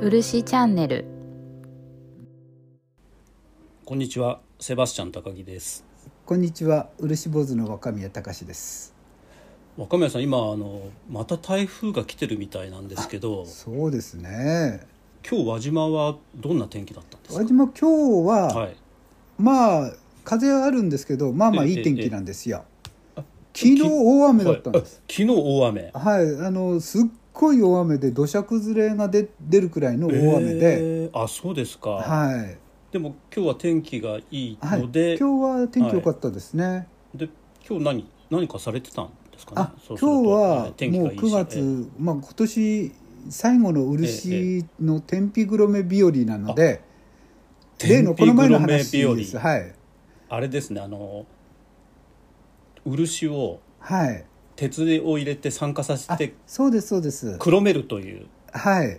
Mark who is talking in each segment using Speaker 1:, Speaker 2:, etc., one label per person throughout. Speaker 1: 漆チャンネル
Speaker 2: こんにちは、セバスチャン高木です。
Speaker 3: こんにちは、漆坊主の若宮隆です。
Speaker 2: 若宮さん、今あのまた台風が来てるみたいなんですけど、
Speaker 3: そうですね。
Speaker 2: 今日輪島はどんな天気だったんです
Speaker 3: 輪島今日は、
Speaker 2: か。はい。
Speaker 3: まあ風はあるんですけど、まあまあ
Speaker 2: ええ
Speaker 3: いい天気なんですよ。昨
Speaker 2: え
Speaker 3: 日大雨だったん
Speaker 2: はいあ
Speaker 3: で
Speaker 2: 昨
Speaker 3: す。
Speaker 2: 日大雨。
Speaker 3: はい、あのすっごい大雨で土砂崩れが出出るくらいの大雨で、
Speaker 2: えーあ、そうですか。
Speaker 3: はい、
Speaker 2: でも今日は天気がいい
Speaker 3: はい、
Speaker 2: ので、
Speaker 3: 今日は天気良かったですね。
Speaker 2: で今日何何かされてたんですかね。
Speaker 3: あ、
Speaker 2: そう
Speaker 3: 今
Speaker 2: す
Speaker 3: 日
Speaker 2: ると
Speaker 3: は
Speaker 2: ね天気
Speaker 3: もう
Speaker 2: がいいし
Speaker 3: 9月、
Speaker 2: えー
Speaker 3: まあ今年最後の漆の天日黒目日和なので、例のこの前の話
Speaker 2: 天
Speaker 3: で
Speaker 2: 日
Speaker 3: す。
Speaker 2: 黒目日
Speaker 3: はい。
Speaker 2: 和あれですね、あの漆を
Speaker 3: はい。
Speaker 2: 鉄を入れて酸化させ
Speaker 3: あ
Speaker 2: て
Speaker 3: そうですそうです。
Speaker 2: 黒めるという。
Speaker 3: はい。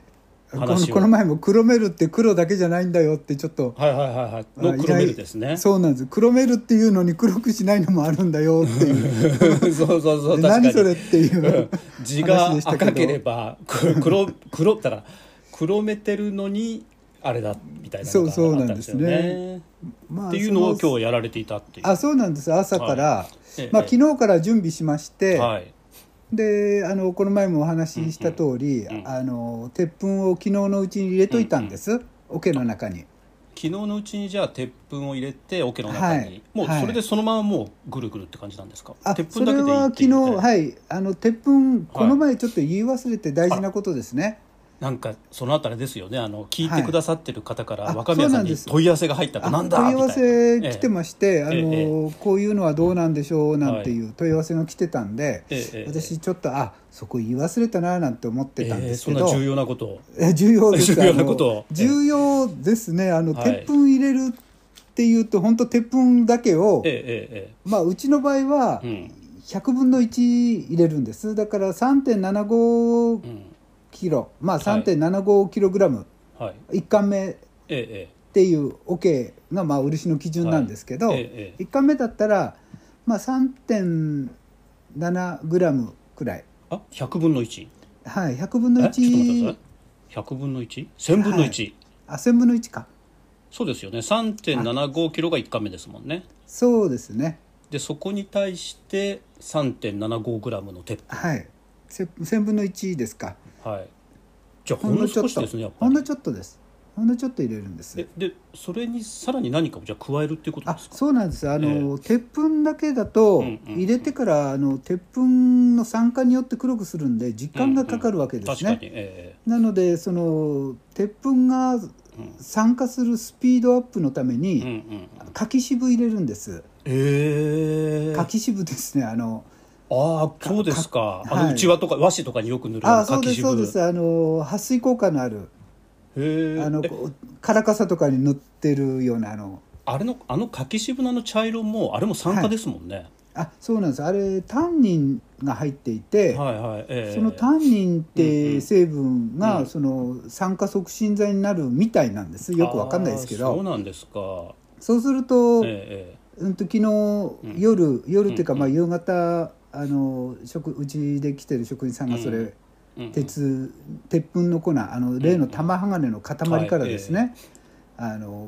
Speaker 3: この
Speaker 2: 話を
Speaker 3: この前も黒メルって黒だけじゃないんだよってちょっと、
Speaker 2: はいはいはいはい。
Speaker 3: あ
Speaker 2: の
Speaker 3: 意
Speaker 2: 黒
Speaker 3: 外
Speaker 2: めるですね。
Speaker 3: そうなんです黒メルっていうのに黒くしないのもあるんだよっていう
Speaker 2: そうそうそう
Speaker 3: で
Speaker 2: 確かに
Speaker 3: 何それっていううん
Speaker 2: 字が
Speaker 3: 話でしたけど
Speaker 2: 赤ければく黒黒だから黒めてるのにあれだみたいなのが
Speaker 3: そうそう
Speaker 2: あ
Speaker 3: な
Speaker 2: っ
Speaker 3: ん
Speaker 2: たん
Speaker 3: で
Speaker 2: です
Speaker 3: す
Speaker 2: よ
Speaker 3: ね
Speaker 2: ね。
Speaker 3: ま
Speaker 2: っていうのを今
Speaker 3: 日
Speaker 2: 日やられていたっていう。
Speaker 3: あそうなんです朝から、
Speaker 2: ええ
Speaker 3: まあ、
Speaker 2: ええ
Speaker 3: 昨日から準備しまして、
Speaker 2: はい
Speaker 3: であのこの前もお話しした通り、
Speaker 2: うんうん
Speaker 3: あの鉄粉を昨日のうちに入れといたんです、桶の中に
Speaker 2: 昨日のうちにじゃあ鉄粉を入れて桶の中に、
Speaker 3: はい
Speaker 2: もう
Speaker 3: はい
Speaker 2: それでそのままもうぐるぐるって感じなんですか。
Speaker 3: あ
Speaker 2: 鉄
Speaker 3: そ
Speaker 2: 粉だ
Speaker 3: れ
Speaker 2: けでいい
Speaker 3: は
Speaker 2: っ
Speaker 3: 昨
Speaker 2: て
Speaker 3: 日
Speaker 2: いうので
Speaker 3: はいあの鉄粉この前ちょっと言い忘れて大事なことですね、
Speaker 2: なんかそのあたりですよね。あの聞い
Speaker 3: は
Speaker 2: て
Speaker 3: い
Speaker 2: くださってる方から
Speaker 3: あ
Speaker 2: 若宮
Speaker 3: そう
Speaker 2: さ
Speaker 3: なんんで
Speaker 2: に
Speaker 3: す
Speaker 2: 問い合わせが入った
Speaker 3: あ
Speaker 2: となんだ
Speaker 3: 問い合わせ
Speaker 2: みたいな
Speaker 3: 来てまして、あの
Speaker 2: ええ
Speaker 3: こういうのはどうなんでしょうなんていう問い合わせが来てたんで、
Speaker 2: ええええ
Speaker 3: 私ちょっとあそこ言い忘れたななんて思ってたんですけ
Speaker 2: ええ
Speaker 3: ど、
Speaker 2: そんな重要なことを。
Speaker 3: え重要です
Speaker 2: 重要なことを
Speaker 3: あの重要ですねあの、
Speaker 2: はい
Speaker 3: 鉄粉入れるっていうと本当鉄粉だけを、
Speaker 2: えええ
Speaker 3: まあうちの場合は
Speaker 2: えええうん
Speaker 3: 100分の1入れるんですだから3.75
Speaker 2: うん
Speaker 3: キロまあ
Speaker 2: はい
Speaker 3: 3.75キログラム
Speaker 2: はい
Speaker 3: 1貫目っ
Speaker 2: ええ
Speaker 3: ていう桶がまあ漆の基準なんですけ
Speaker 2: ええ
Speaker 3: ど、
Speaker 2: ええええ
Speaker 3: 1貫目だったら、まあ、3.7グラムくらい、
Speaker 2: あ100分の1
Speaker 3: はい、100分の
Speaker 2: えちょっと待ってくださ
Speaker 3: 1
Speaker 2: い100分の 1?1000 分の1、
Speaker 3: あ1000分の1か
Speaker 2: そうですよね3.75キロが1回目ですもんね
Speaker 3: そうですね
Speaker 2: でそこに対して3.75グラムの鉄
Speaker 3: はいせ1000分の1ですか
Speaker 2: 板はいじゃあほんの
Speaker 3: ちょ
Speaker 2: 少
Speaker 3: っ
Speaker 2: し
Speaker 3: と
Speaker 2: ですねやっぱ
Speaker 3: ほん
Speaker 2: り
Speaker 3: のちょっとですほんのちょっと入れるんです
Speaker 2: えでそれにさらに何かをじゃあ加えるっていうこと
Speaker 3: あ
Speaker 2: ですか
Speaker 3: そうなんですあの、鉄粉だけだと
Speaker 2: うんうんうん
Speaker 3: 入れてからあの鉄粉の酸化によって黒くするんで時間がかかるわけです
Speaker 2: 確
Speaker 3: ね、
Speaker 2: かにえ
Speaker 3: なのでその鉄粉が
Speaker 2: えうん
Speaker 3: 酸化するスピードアップのため
Speaker 2: うん
Speaker 3: に、
Speaker 2: うんうん
Speaker 3: 柿渋入れるんです
Speaker 2: ええ
Speaker 3: 柿渋ですねあの
Speaker 2: ああそうですか
Speaker 3: か
Speaker 2: あの
Speaker 3: はいう
Speaker 2: ちわとか和紙とかによく塗る
Speaker 3: あそう
Speaker 2: 柿
Speaker 3: です
Speaker 2: 渋
Speaker 3: そうですあの撥水効果のある
Speaker 2: へえ
Speaker 3: あの
Speaker 2: え
Speaker 3: こうカラカサとかに塗ってるようなあの
Speaker 2: あれのあの柿渋菜の茶色もあれも酸化ですもんね、
Speaker 3: あそうなんですあれタンニンが入っていて、
Speaker 2: はい、はいええ
Speaker 3: そのタンニンっ
Speaker 2: うんうん
Speaker 3: て成分
Speaker 2: うん
Speaker 3: がその酸化促進剤になるみたいなんですよくわかんないですけ
Speaker 2: あーそう
Speaker 3: ど
Speaker 2: なんですか
Speaker 3: そうすると,、
Speaker 2: ええ
Speaker 3: うん、と昨
Speaker 2: ん
Speaker 3: 日夜夜っていうか
Speaker 2: うん
Speaker 3: まあ夕方あの職うちで来てる職員さんがそれ、
Speaker 2: うんええうん
Speaker 3: 鉄鉄粉の粉あの例の玉鋼の塊からですね、あの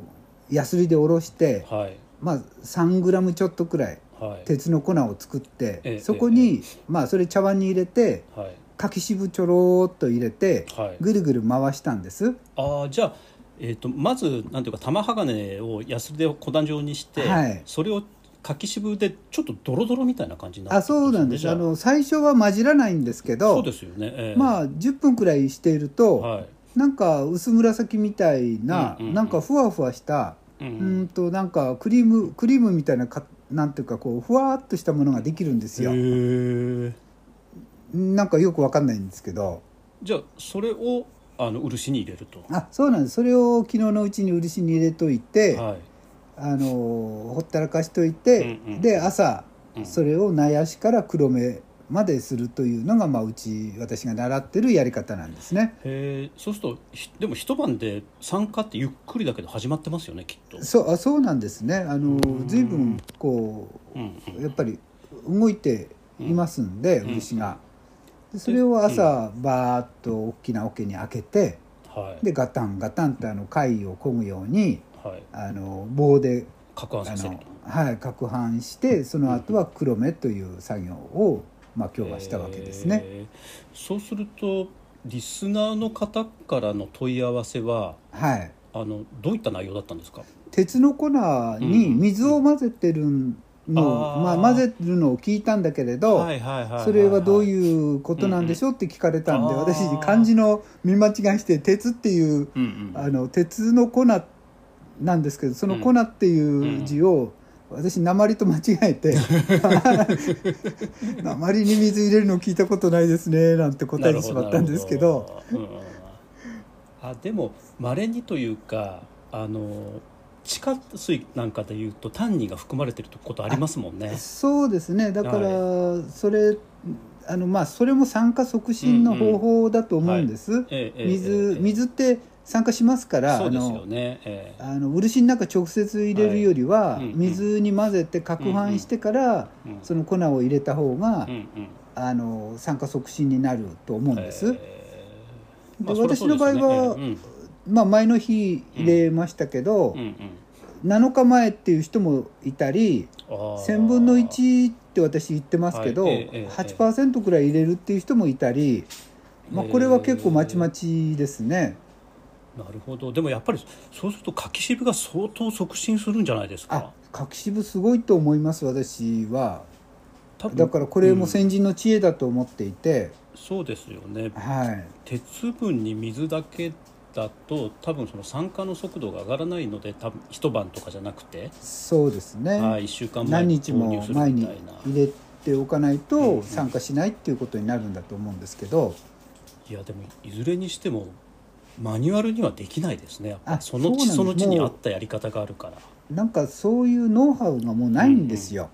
Speaker 3: ヤスリでおろして、
Speaker 2: はい
Speaker 3: まあ、3グラムちょっとくらい
Speaker 2: はい
Speaker 3: 鉄の粉を作って、
Speaker 2: ええ
Speaker 3: そこに、まあ、それ茶碗に入れて
Speaker 2: はい
Speaker 3: 柿渋ちょろっと入れて
Speaker 2: はい
Speaker 3: ぐるぐる回したんです、
Speaker 2: ああじゃあえっ、とまずなんていうか玉鋼をヤスリで小段状にして、
Speaker 3: はい
Speaker 2: それを柿渋でちょっとドロドロみたいな感じにな
Speaker 3: あ
Speaker 2: ってる
Speaker 3: そうなん
Speaker 2: ね
Speaker 3: です
Speaker 2: じゃ
Speaker 3: あの最初は混じらないんですけど
Speaker 2: そうですよね、ええ
Speaker 3: まあ10分くらいしていると、
Speaker 2: はい
Speaker 3: なんか薄紫みたいな、
Speaker 2: うんうんうん
Speaker 3: なんかふわふわした
Speaker 2: う
Speaker 3: うんんとなんかクリームクリームみたいなかなんていうかこうふわっとしたものができるんですよ、
Speaker 2: へえ
Speaker 3: なんかよくわかんないんですけど
Speaker 2: じゃあそれをあの漆に入れると
Speaker 3: あそうなんですそれを昨日のうちに漆に入れといて、
Speaker 2: はい
Speaker 3: あのーほったらかしといて、
Speaker 2: うんうん
Speaker 3: で朝、
Speaker 2: うん
Speaker 3: それを苗足から黒目までするというのが、まあ、うち私が習ってるやり方なんですね。
Speaker 2: へえそうするとひでも一晩で酸化ってゆっくりだけど始まってますよねきっと、
Speaker 3: そうあそうなんですねあ
Speaker 2: う
Speaker 3: の
Speaker 2: ん
Speaker 3: ー随分こ
Speaker 2: うんうん
Speaker 3: うやっぱり動いていますんで、
Speaker 2: うん
Speaker 3: 漆が。でそれを朝バーッと大きな桶に開けて
Speaker 2: はい
Speaker 3: でガタンガタンってあの貝を漕ぐように
Speaker 2: はい
Speaker 3: あの棒で
Speaker 2: 攪拌
Speaker 3: あ
Speaker 2: させる
Speaker 3: の、はい、攪拌してその後は黒目という作業を、まあ、今日はしたわけですね。
Speaker 2: えーそうするとリスナーの方からの問い合わせは
Speaker 3: はい、
Speaker 2: あのどういった内容だったんですか
Speaker 3: 鉄の粉に水を混ぜてるのを、
Speaker 2: うんうん
Speaker 3: まあ、
Speaker 2: あー
Speaker 3: 混ぜるのを聞いたんだけれど、
Speaker 2: はいはいはい
Speaker 3: それはどう
Speaker 2: う、
Speaker 3: いうことなんでしょうって聞かれたんで、
Speaker 2: うんうん
Speaker 3: 私
Speaker 2: あー
Speaker 3: 漢字の見間違いして鉄っていう
Speaker 2: うんうん、
Speaker 3: あの鉄の粉なんですけどその粉っていう字を、私鉛と間違えて 鉛に水入れるの聞いたことないですねなんて答えてしまったんですけど
Speaker 2: なるほどなるほどうんあでもまれにというかあの地下水なんかでいうとタンニンが含まれてることありますもんね。
Speaker 3: そうですねだから、それあのまあそれも酸化促進の方法だと思うんです、
Speaker 2: ええ
Speaker 3: 水、
Speaker 2: ええ
Speaker 3: 水って酸化しますから
Speaker 2: そう
Speaker 3: あ
Speaker 2: です
Speaker 3: の
Speaker 2: よね。ええ
Speaker 3: あの漆の中直接入れるよりは、
Speaker 2: はいうんうん
Speaker 3: 水に混ぜて攪拌してから、
Speaker 2: うん
Speaker 3: その粉を入れた方が、
Speaker 2: うんうん
Speaker 3: あの酸化促進になると思うんです、
Speaker 2: ええまあ
Speaker 3: で
Speaker 2: そりゃ
Speaker 3: 私
Speaker 2: そう
Speaker 3: の場合
Speaker 2: ですよね
Speaker 3: は
Speaker 2: ええうん
Speaker 3: まあ、前の日入れましたけど、
Speaker 2: うん
Speaker 3: 7日前っていう人もいたり
Speaker 2: うん、
Speaker 3: 1000分の1って私言ってますけど、
Speaker 2: はいええええ
Speaker 3: 8%くらい入れるっていう人もいたり、まあ、これは結構まちま
Speaker 2: ち、
Speaker 3: ちですね。
Speaker 2: なるほどでもやっぱりそうすると柿渋が相当促進するんじゃないです
Speaker 3: あ
Speaker 2: か
Speaker 3: 柿渋すごいと思います私は
Speaker 2: 多分
Speaker 3: だからこれも先人の知恵だと思っていて、
Speaker 2: そうですよね
Speaker 3: はい
Speaker 2: 鉄分に水だけだと多分その酸化の速度が上がらないので多分一晩とかじゃなくて、
Speaker 3: そうですね、
Speaker 2: はい、1週間前
Speaker 3: 何
Speaker 2: に
Speaker 3: 日
Speaker 2: 購入
Speaker 3: も
Speaker 2: する
Speaker 3: 前
Speaker 2: み
Speaker 3: に
Speaker 2: たいな
Speaker 3: 入れておかない
Speaker 2: うんう
Speaker 3: と
Speaker 2: ん
Speaker 3: 酸化しないっていうことになるんだと思うんですけど、
Speaker 2: いやでもいずれにしてもマニュアルにはできないですねやっぱ
Speaker 3: あ
Speaker 2: その
Speaker 3: そうなん
Speaker 2: 地
Speaker 3: です
Speaker 2: その地に
Speaker 3: もう
Speaker 2: 合ったやり方があるから、
Speaker 3: なんかそういうノウハウがもうないんですよ、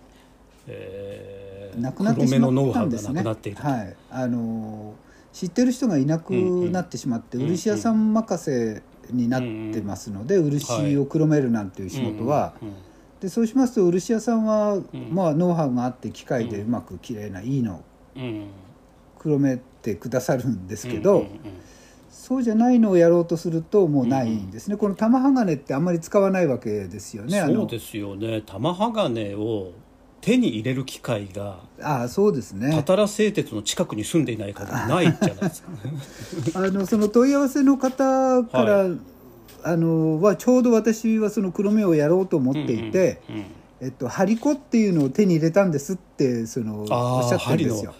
Speaker 2: えー
Speaker 3: なくなってしま
Speaker 2: 黒目のノウ
Speaker 3: っ
Speaker 2: ハ
Speaker 3: た
Speaker 2: ウ
Speaker 3: んで
Speaker 2: が
Speaker 3: す
Speaker 2: な
Speaker 3: ね
Speaker 2: くなっている、
Speaker 3: はいあのー知ってる人がいなくなってしまって、
Speaker 2: うんうん
Speaker 3: 漆屋さん任せになってますので、漆を黒めるなんていう仕事は、
Speaker 2: うんうんうん
Speaker 3: でそうしますと漆屋さんは、
Speaker 2: ん
Speaker 3: まあ、ノウハウがあって機械で
Speaker 2: う
Speaker 3: うんまく綺麗ないいのを
Speaker 2: うん
Speaker 3: 黒めてくださるんですけど、
Speaker 2: うんうんうん
Speaker 3: そうじゃないのをやろうとするともうないんですね、この玉鋼ってあんまり使わないわけですよねあ
Speaker 2: そう
Speaker 3: の
Speaker 2: ですよね玉鋼を手に入れる機会が
Speaker 3: ああそうですね
Speaker 2: たたら製鉄の近くに住んでいない限りないじゃないですか
Speaker 3: あのその問い合わせの方から、
Speaker 2: は
Speaker 3: あのはちょうど私はその黒目をやろうと思っていて、
Speaker 2: うんうんうん
Speaker 3: えっと、ハリコっていうのを手に入れたんですってその
Speaker 2: あー
Speaker 3: おっしゃってるんですよ。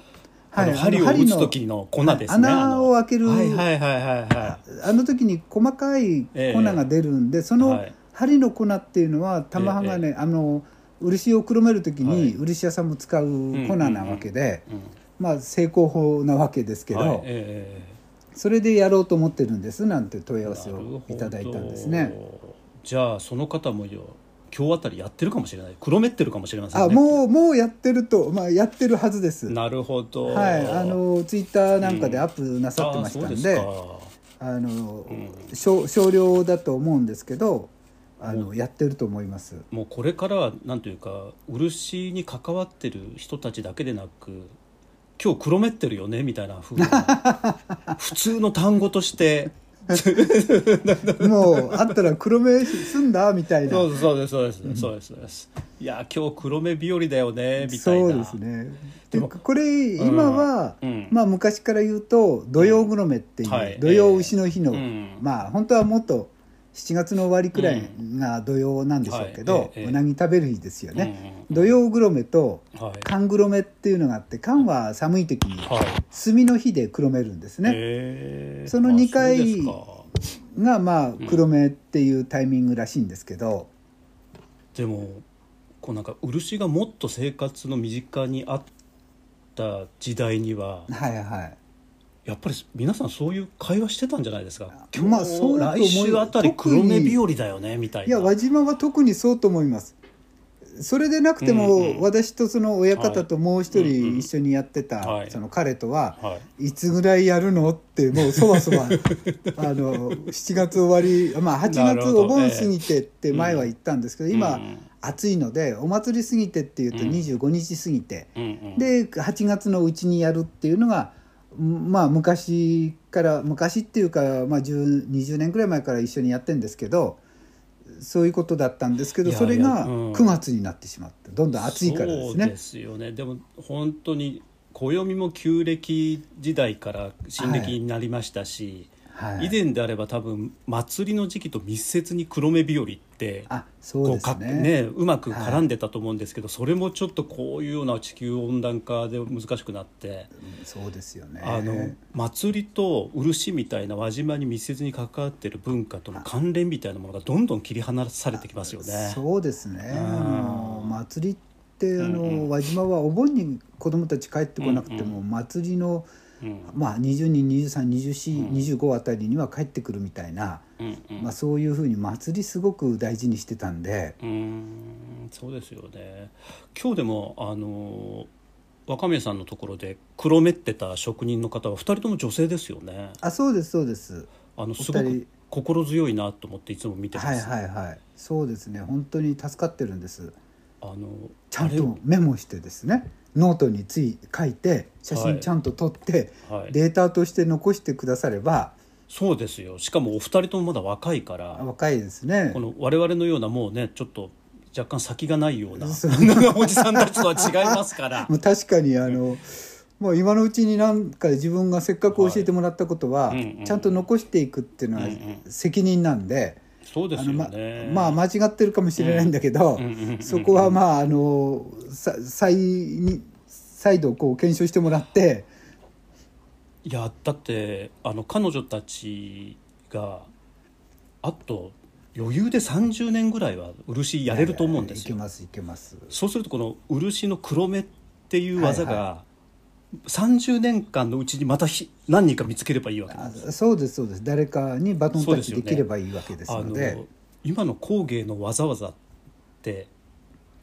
Speaker 2: あの針を打つ時の粉ですね
Speaker 3: はい
Speaker 2: あ
Speaker 3: 穴
Speaker 2: の
Speaker 3: を開ける
Speaker 2: はいはいはいはいは
Speaker 3: あの時に細かい粉が出るんで、そ
Speaker 2: は
Speaker 3: の
Speaker 2: い
Speaker 3: 針の粉っていうのは玉鋼、ねあの漆を黒める時
Speaker 2: はい
Speaker 3: に漆屋さんも使う粉なわけで、
Speaker 2: い、うん
Speaker 3: まあ成功法なわけですけど、
Speaker 2: はいえ
Speaker 3: それでやろうと思ってるんですなんて問い
Speaker 2: え
Speaker 3: 合わせをいただいたんですね。
Speaker 2: じゃあその方もよ今日あたりやってるかもしれない黒めってるかもしれませんね
Speaker 3: あもうもうやってると、まあ、やってるはずです。
Speaker 2: なるほど
Speaker 3: はい、あのツイッターなんかで
Speaker 2: うん
Speaker 3: アップなさってまし
Speaker 2: あ
Speaker 3: たん
Speaker 2: ーそ
Speaker 3: で、
Speaker 2: うですか
Speaker 3: あの、
Speaker 2: う
Speaker 3: 少少量だと思うんですけどあの、やってると思います
Speaker 2: もうこれからはなんというか漆に関わってる人たちだけでなく今日黒めってるよねみたいな風 な普通の単語として
Speaker 3: もうあったら黒目すんだみたいな
Speaker 2: そうですそうですそうですそうですそうですいや今日黒目日和だよねみたいな
Speaker 3: そうですね
Speaker 2: で
Speaker 3: で
Speaker 2: も
Speaker 3: これ今は、
Speaker 2: うん
Speaker 3: まあ、昔から言うと土曜グロメっていう、
Speaker 2: うんはい
Speaker 3: 土曜牛の日の、
Speaker 2: うん
Speaker 3: まあ本当はもっと7月の終わりくらいが土曜なんでしょうけ
Speaker 2: うんはい
Speaker 3: ど、
Speaker 2: ええ
Speaker 3: うなぎ食べる日ですよね、
Speaker 2: うん
Speaker 3: 土曜グロメと
Speaker 2: はい
Speaker 3: 寒グロメっていうのがあって寒は寒い時に
Speaker 2: はい
Speaker 3: 炭の火で黒めるんですね、
Speaker 2: へー
Speaker 3: その二
Speaker 2: あ
Speaker 3: 回
Speaker 2: そうですか
Speaker 3: がまあ黒目っていうタイミングらしいんですけど、
Speaker 2: でもこうなんか漆がもっと生活の身近にあった時代には
Speaker 3: はいはい
Speaker 2: やっぱり皆さんそういう会話してたんじゃないですか今日、
Speaker 3: まあそうだと思
Speaker 2: 来
Speaker 3: い
Speaker 2: 週あたり
Speaker 3: 特に
Speaker 2: 黒目日和だよねみたい
Speaker 3: いや
Speaker 2: な
Speaker 3: 輪島は特にそうと思いますそれでなくても、
Speaker 2: うんうん
Speaker 3: 私とその親方ともう一
Speaker 2: はいうんうん
Speaker 3: 人一緒にやってた、
Speaker 2: はい
Speaker 3: その彼とは、、
Speaker 2: はい
Speaker 3: つぐらいやるのってもうそわそ わあの7月終わり、まあ、8
Speaker 2: なる
Speaker 3: 月
Speaker 2: ほど
Speaker 3: お盆過ぎてって前は言ったんですけど、
Speaker 2: ええ
Speaker 3: 今、
Speaker 2: うんうん
Speaker 3: 暑いのでお祭り過ぎてっていうと
Speaker 2: うん
Speaker 3: 25日過ぎて、
Speaker 2: い、うんうん、
Speaker 3: で8月のうちにやるっていうのがまあ昔から昔っていうか、まあ、10 20年くらい前から一緒にやってんですけどそういうことだったんですけど
Speaker 2: いや
Speaker 3: それが
Speaker 2: いやうん
Speaker 3: 9月になってしまってどんどん暑いからで
Speaker 2: そう
Speaker 3: すね
Speaker 2: ですよねでも本当に暦も旧暦時代から新暦になりましたし、
Speaker 3: はい、
Speaker 2: 以前であれば多分祭りの時期と密接に黒目日和って
Speaker 3: あそうです
Speaker 2: こうか
Speaker 3: ね
Speaker 2: ねうまく絡んでたと思うんですけど、それもちょっとこういうような地球温暖化で難しくなって、
Speaker 3: うんそうですよね
Speaker 2: あの祭りと漆みたいな輪島に密接に関わってる文化との関連みたいなものがどんどん切り離されてきますよね。
Speaker 3: そうですね
Speaker 2: うん
Speaker 3: あの祭りってあの、
Speaker 2: うんうん
Speaker 3: 輪島はお盆に子供たち帰ってこなくても、祭りの、
Speaker 2: うん
Speaker 3: まあ、20人2324、
Speaker 2: うん
Speaker 3: 25あたりには帰ってくるみたいな、
Speaker 2: うんうん
Speaker 3: まあ、そういうふうに祭りすごく大事にしてたんで、
Speaker 2: うーんそうですよね今日でもあの若宮さんのところで黒めってた職人の方は2人とも女性ですよね
Speaker 3: あそうですそうです
Speaker 2: あの
Speaker 3: 二人
Speaker 2: すごく心強いなと思っていつも見てます、
Speaker 3: はいはいはいそうですね本当に助かってるんです
Speaker 2: あの
Speaker 3: ちゃん
Speaker 2: あれを
Speaker 3: とメモしてですねノートについ書いて写
Speaker 2: は
Speaker 3: 真
Speaker 2: い
Speaker 3: ちゃんと撮って、
Speaker 2: はい、
Speaker 3: データとして残してくだされば
Speaker 2: そうですよしかもお二人ともまだ若いから
Speaker 3: 若いですね
Speaker 2: この我々のようなもうねちょっと若干先がないような
Speaker 3: そう
Speaker 2: おじさんたちとは違いますから
Speaker 3: もう確かにあのもう今のうちになんか自分がせっかく教えてもらったことは、
Speaker 2: はいうんうん
Speaker 3: ちゃんと残していくっていうのは
Speaker 2: うんう
Speaker 3: 責任なんで,、
Speaker 2: そうです
Speaker 3: あ
Speaker 2: よ
Speaker 3: のま
Speaker 2: ね
Speaker 3: まあ間違ってるかもしれないんだけど、
Speaker 2: うんうんうんうん
Speaker 3: そこはまああのさ再に再度こう検証してもらって
Speaker 2: いやだってあの彼女たちがあと余裕で30年ぐらいは漆やれると思うんですよ。
Speaker 3: いけますいけます
Speaker 2: そうするとこの漆の黒目っていう技
Speaker 3: はい
Speaker 2: が30年間のうちにまたひ何人か見つければいいわけなん
Speaker 3: あ
Speaker 2: です。
Speaker 3: そうですそうです誰かにバトンタ
Speaker 2: そう
Speaker 3: ッ
Speaker 2: です
Speaker 3: チ
Speaker 2: よね
Speaker 3: できればいいわけです
Speaker 2: あ
Speaker 3: ので
Speaker 2: の今の工芸のわざわざって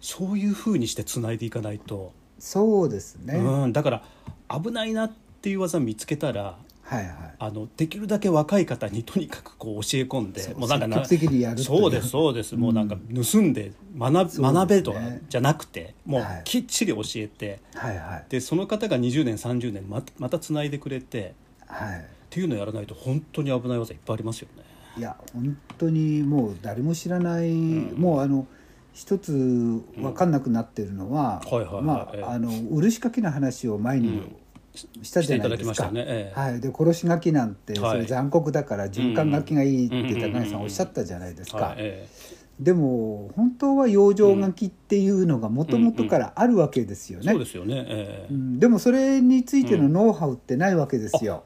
Speaker 2: そういうふうにしてつないでいかないと、
Speaker 3: そうですね、はい
Speaker 2: うん、だから危ないなっていう技見つけたら
Speaker 3: はい
Speaker 2: あのできるだけ若い方にとにかくこう教え込んで
Speaker 3: そう
Speaker 2: もうなんかな
Speaker 3: 積極的にやるという
Speaker 2: そうですそうです、もうなんか盗んで学
Speaker 3: そうですね
Speaker 2: ぶ学べとかじゃなくてもう
Speaker 3: はい
Speaker 2: きっちり教えて、
Speaker 3: はいはい
Speaker 2: でその方が20年30年ままたつないでくれて
Speaker 3: はい
Speaker 2: っていうのをやらないと本当に危ない技いっぱいありますよね。
Speaker 3: いや本当にもう誰も知らない、もうあの一つ分かんなくなってるのは、
Speaker 2: うんはいはいはい
Speaker 3: ま
Speaker 2: ええ
Speaker 3: ああの漆書きの話を前にした
Speaker 2: し
Speaker 3: じ
Speaker 2: て
Speaker 3: ゃ
Speaker 2: い
Speaker 3: な
Speaker 2: た
Speaker 3: い
Speaker 2: だ
Speaker 3: で
Speaker 2: き
Speaker 3: す
Speaker 2: まし
Speaker 3: か。
Speaker 2: たね。ええ
Speaker 3: はい、で殺し書きなんて
Speaker 2: はい
Speaker 3: それ残酷だから循環書きがいいって高橋さんおっしゃったじゃないです
Speaker 2: はい
Speaker 3: か
Speaker 2: え
Speaker 3: でも本当は養生書きっていうのがもともとからあるわけですよ
Speaker 2: え
Speaker 3: ね、
Speaker 2: そうですよね。ええ
Speaker 3: うんでもそれについてのノウハウってないわけですよ、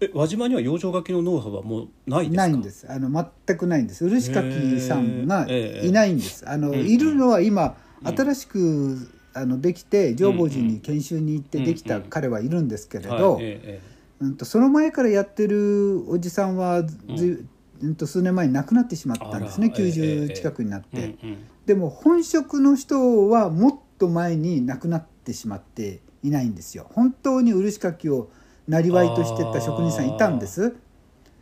Speaker 2: え輪島には養生書きのノウハウはもうないですか
Speaker 3: ないんですあの全くないんです漆垣さんが
Speaker 2: ええ
Speaker 3: いないんですあの、
Speaker 2: うん
Speaker 3: いるのは今新しくあのできて浄法寺に研修に行ってできた彼はいるんですけれ
Speaker 2: はい
Speaker 3: ど、
Speaker 2: えええ
Speaker 3: うん、とその前からやってるおじさんはず、うん、と数年前に亡くなってしまったんですね
Speaker 2: あらえええ
Speaker 3: 90
Speaker 2: え
Speaker 3: 近くになって、
Speaker 2: えうんうん
Speaker 3: でも本職の人はもっと前に亡くなってしまっていないんですよ本当に漆かきをなりわいとしてた職人さんいたんです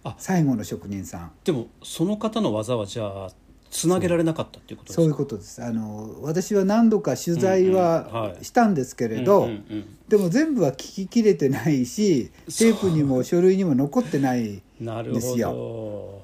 Speaker 2: あーあ
Speaker 3: 最後の職人さん
Speaker 2: でもその方の技はじゃあつなげられなかったっていうことですか
Speaker 3: そういうことですあの私は何度か取
Speaker 2: う
Speaker 3: 材
Speaker 2: んうん
Speaker 3: は
Speaker 2: はい
Speaker 3: したんですけれ
Speaker 2: う
Speaker 3: ど、
Speaker 2: んうんうん
Speaker 3: でも全部は聞ききれてないしテープにも書類にも残ってない
Speaker 2: なる
Speaker 3: です
Speaker 2: ほど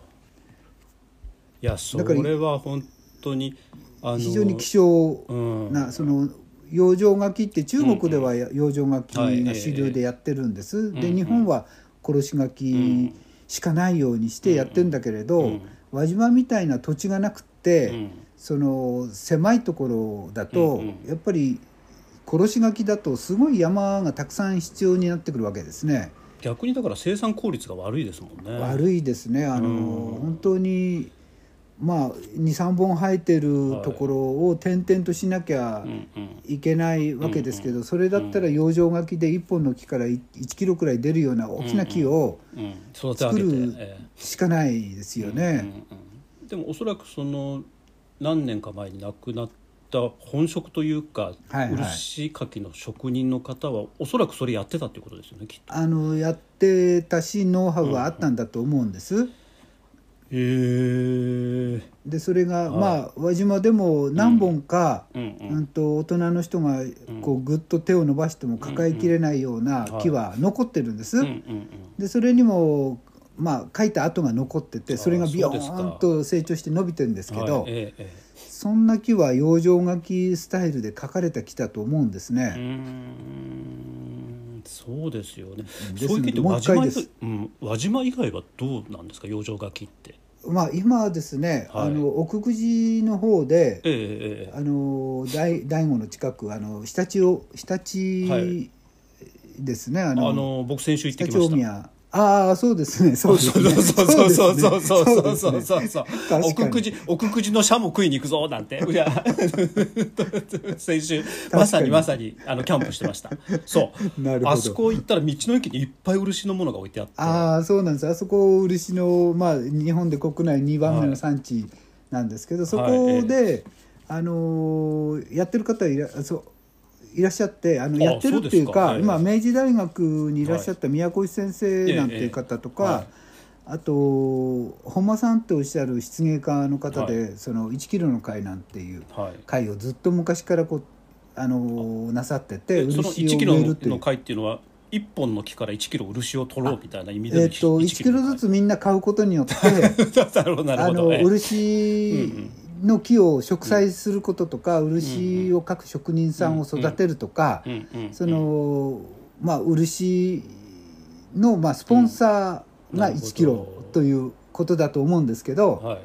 Speaker 2: いやそれは本当にあの
Speaker 3: 非常に希少
Speaker 2: うん
Speaker 3: なその養生書きって中国では養生書きが主流でやってるんです、
Speaker 2: い
Speaker 3: で、
Speaker 2: うんうん
Speaker 3: 日本は殺し書きしかないようにしてやってんだけれど、
Speaker 2: うん
Speaker 3: 輪島みたいな土地がなくて、
Speaker 2: うん
Speaker 3: その狭いところだと、
Speaker 2: うんうん
Speaker 3: やっぱり殺し書きだとすごい山がたくさん必要になってくるわけですね、
Speaker 2: 逆にだから生産効率が悪いですもんね
Speaker 3: 悪いですねあの、
Speaker 2: うん
Speaker 3: 本当にまあ23本生えてるところを転々としなきゃ、
Speaker 2: うんうん
Speaker 3: いけないわけですけど、それだったら養生書きで1本の木から1キロくらい出るような大きな木を
Speaker 2: うん育て上
Speaker 3: 作
Speaker 2: げて
Speaker 3: る
Speaker 2: え
Speaker 3: しかないですよ
Speaker 2: え
Speaker 3: ね。
Speaker 2: うんうんでもおそらくその何年か前に亡くなった本職というか、
Speaker 3: はいはい
Speaker 2: 漆かきの職人の方はおそらくそれやってたっていうことですよねきっと
Speaker 3: あのやってたしノウハウはあったんだと思うんです。
Speaker 2: いへえ
Speaker 3: でそれが、
Speaker 2: はい
Speaker 3: まあ輪島でも何本か、
Speaker 2: うんう
Speaker 3: うん
Speaker 2: ん
Speaker 3: と大人の人がこうぐっと手を伸ばしても抱えきれないような木は残ってるんです。
Speaker 2: うんうん
Speaker 3: でそれにもまあ書いた跡が残っててそれがビヨ
Speaker 2: そうです
Speaker 3: ーン
Speaker 2: か
Speaker 3: と成長して伸びてるんです
Speaker 2: うん
Speaker 3: け
Speaker 2: はい
Speaker 3: ど、
Speaker 2: えええ
Speaker 3: そんな木は養生書きスタイルで書かれた木だと思うんです
Speaker 2: えうー
Speaker 3: ね。
Speaker 2: んそうですよね
Speaker 3: です
Speaker 2: そういう
Speaker 3: の
Speaker 2: 意味
Speaker 3: で
Speaker 2: で
Speaker 3: もう
Speaker 2: 輪
Speaker 3: 一回
Speaker 2: 島
Speaker 3: で
Speaker 2: 以外
Speaker 3: す。
Speaker 2: うん輪島以外はどうなんですか養生書きって
Speaker 3: まあ今はですね、
Speaker 2: はい
Speaker 3: あの奥久慈の方で、
Speaker 2: ええええ
Speaker 3: あの大大悟の近くあの日立を日立、
Speaker 2: はい
Speaker 3: ですねあ
Speaker 2: あ
Speaker 3: の
Speaker 2: の僕先週行って
Speaker 3: 北
Speaker 2: きまし
Speaker 3: 朝
Speaker 2: た
Speaker 3: 宮ああそうで すねそうですね
Speaker 2: そうそうそうそうそうそうそうそう
Speaker 3: そう
Speaker 2: そうそう
Speaker 3: かに
Speaker 2: 奥久慈奥久慈のシャモ食いに行くぞなんていや 先週
Speaker 3: かに
Speaker 2: まさにまさにあのキャンプしてましたそう
Speaker 3: なるほど
Speaker 2: あそこ行ったら道の駅にいっぱい漆のものが置いてあって
Speaker 3: ああそうなんですあそこ漆の、まあ、日本で国内2番目の産地なんですけど、そこで、あのーやってる方いらそういらっしゃってあの
Speaker 2: あ
Speaker 3: やってるっていう
Speaker 2: そ
Speaker 3: か
Speaker 2: うですか
Speaker 3: 今
Speaker 2: はい
Speaker 3: 明治大学にいらっしゃった宮越先生なんていう方とか、
Speaker 2: ええええはい
Speaker 3: あと本間さんっておっしゃる漆芸家の方で、その1キロの会なんていう
Speaker 2: はい
Speaker 3: 会をずっと昔からこう、あのーなさってて
Speaker 2: えその
Speaker 3: 漆
Speaker 2: 1
Speaker 3: を
Speaker 2: キロ
Speaker 3: 植える
Speaker 2: の
Speaker 3: っていう
Speaker 2: の。貝っていうのは1本の木から1キロ漆を取ろうみたいな意味で
Speaker 3: えっと1キロずつみんな買うことによって
Speaker 2: つ なるほどなる
Speaker 3: あ
Speaker 2: ほ
Speaker 3: の
Speaker 2: どええ
Speaker 3: 漆の木を植栽することとか、漆を描く職人さんを育てるとか、
Speaker 2: うんうんうん
Speaker 3: そのまあ漆のまあスポンサーが
Speaker 2: うん
Speaker 3: 1キロということだと思うんですけど、
Speaker 2: はい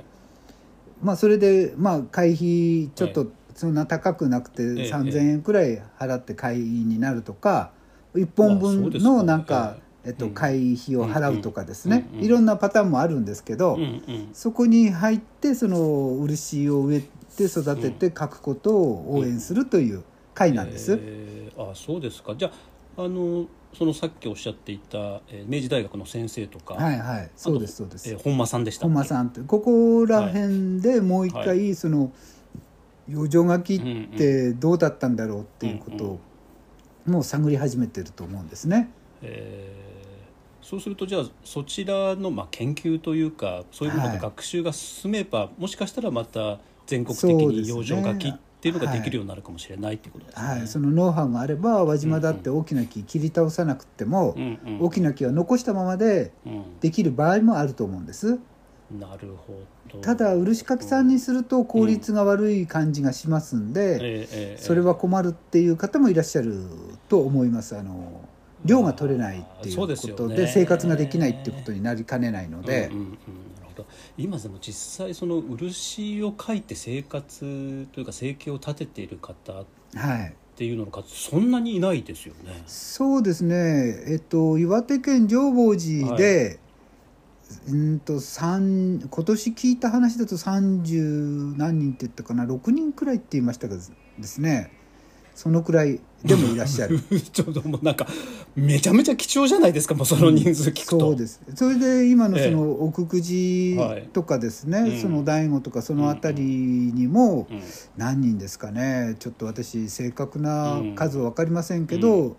Speaker 3: まあそれでまあ会費ちょっとそんな高くなくて
Speaker 2: ええ
Speaker 3: 3,000円くらい払って会費になるとか1本
Speaker 2: あそ
Speaker 3: 分
Speaker 2: うですか
Speaker 3: のなんかえっと
Speaker 2: うん
Speaker 3: 会費を払うとかですね
Speaker 2: うんうん
Speaker 3: いろんなパターンもあるんですけど
Speaker 2: うんうん
Speaker 3: そこに入ってその漆を植えて育てて書くことを応援するという会なんです。
Speaker 2: えーあそうですかじゃああのそのさっきおっしゃっていた、えー明治大学の先生とか、
Speaker 3: はいはいそうですそうです
Speaker 2: えー本間さんでしたっ
Speaker 3: 本
Speaker 2: け
Speaker 3: 間さんってここら辺でもう一
Speaker 2: は
Speaker 3: 回その余剰書きってどうだったんだろうっていうことをもう探り始めてると思うんですね。
Speaker 2: えーそうするとじゃあそちらの、まあ、研究というかそういうもの
Speaker 3: は
Speaker 2: が
Speaker 3: い
Speaker 2: 学習が進めば、もしかしたらまた全国的
Speaker 3: そうで
Speaker 2: に
Speaker 3: すね
Speaker 2: 養生書きっていうのができ
Speaker 3: はい
Speaker 2: るようになるかもしれないってことですね。
Speaker 3: はい、そのノウハウがあれば輪島だって大きな木切り倒さなくても
Speaker 2: うんうん
Speaker 3: 大きな木は残したままで
Speaker 2: うん
Speaker 3: できる場合もあると思うんです。
Speaker 2: なるほど
Speaker 3: ただ漆かきさんにすると効率が悪い感じがしますん
Speaker 2: えー
Speaker 3: で、
Speaker 2: えー
Speaker 3: それは困るっていう方もいらっしゃると思います。あの量が取れないっていう
Speaker 2: そう
Speaker 3: こ
Speaker 2: ですよ
Speaker 3: と
Speaker 2: ね
Speaker 3: で生活ができないっていうことになりかねないので
Speaker 2: うんうんうんなるほど今でも実際その漆を描いて生活というか生計を立てている方っ
Speaker 3: はい
Speaker 2: ていうのの数そんなにいないですよね。
Speaker 3: そうですねえっと岩手県浄法寺で、うんと三今年聞いた話だと30何人って言ったかな6人くらいって言いましたけどですねそのくらいでもいらっしゃる
Speaker 2: ちょっともうなんかめちゃめちゃ貴重じゃないですかもうその人数聞くと。
Speaker 3: そうですそれで今の
Speaker 2: ええ
Speaker 3: その奥久慈とかですね、
Speaker 2: はいうん
Speaker 3: その醍醐とかその辺りにも
Speaker 2: うん
Speaker 3: 何人ですかねちょっと私正確な数は分かりませんけど、
Speaker 2: う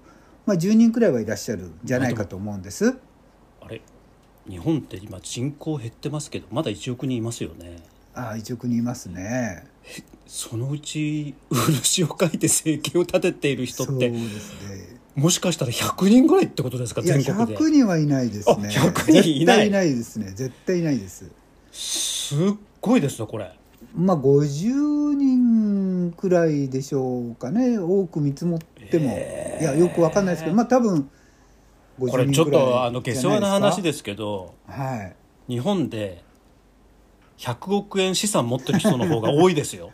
Speaker 3: まあ、10人くらいはいらっしゃるんじゃないかと思うんです。
Speaker 2: あれ日本って今人口減ってますけどまだ1億人いますよね。
Speaker 3: ああ一億人いますね。
Speaker 2: そのうち漆を描いて生計を立てている人っ
Speaker 3: そう
Speaker 2: て
Speaker 3: ですね。
Speaker 2: もしかしたら100人ぐらいってことですか
Speaker 3: いや
Speaker 2: 全国で。
Speaker 3: 百人はいないですね。
Speaker 2: あ100人いない
Speaker 3: 絶対いないですね。絶対いないです。
Speaker 2: すっごいですねこれ。
Speaker 3: まあ五十人くらいでしょうかね。多く見積もっても、
Speaker 2: えー
Speaker 3: いやよくわかんないですけど、まあ多分50人
Speaker 2: これちょっ
Speaker 3: くらいじ
Speaker 2: と
Speaker 3: ゃない
Speaker 2: あの下世話な話
Speaker 3: で
Speaker 2: ですけど
Speaker 3: すか。はい。
Speaker 2: 日本で100億円資産持ってる人の方が多いです よ、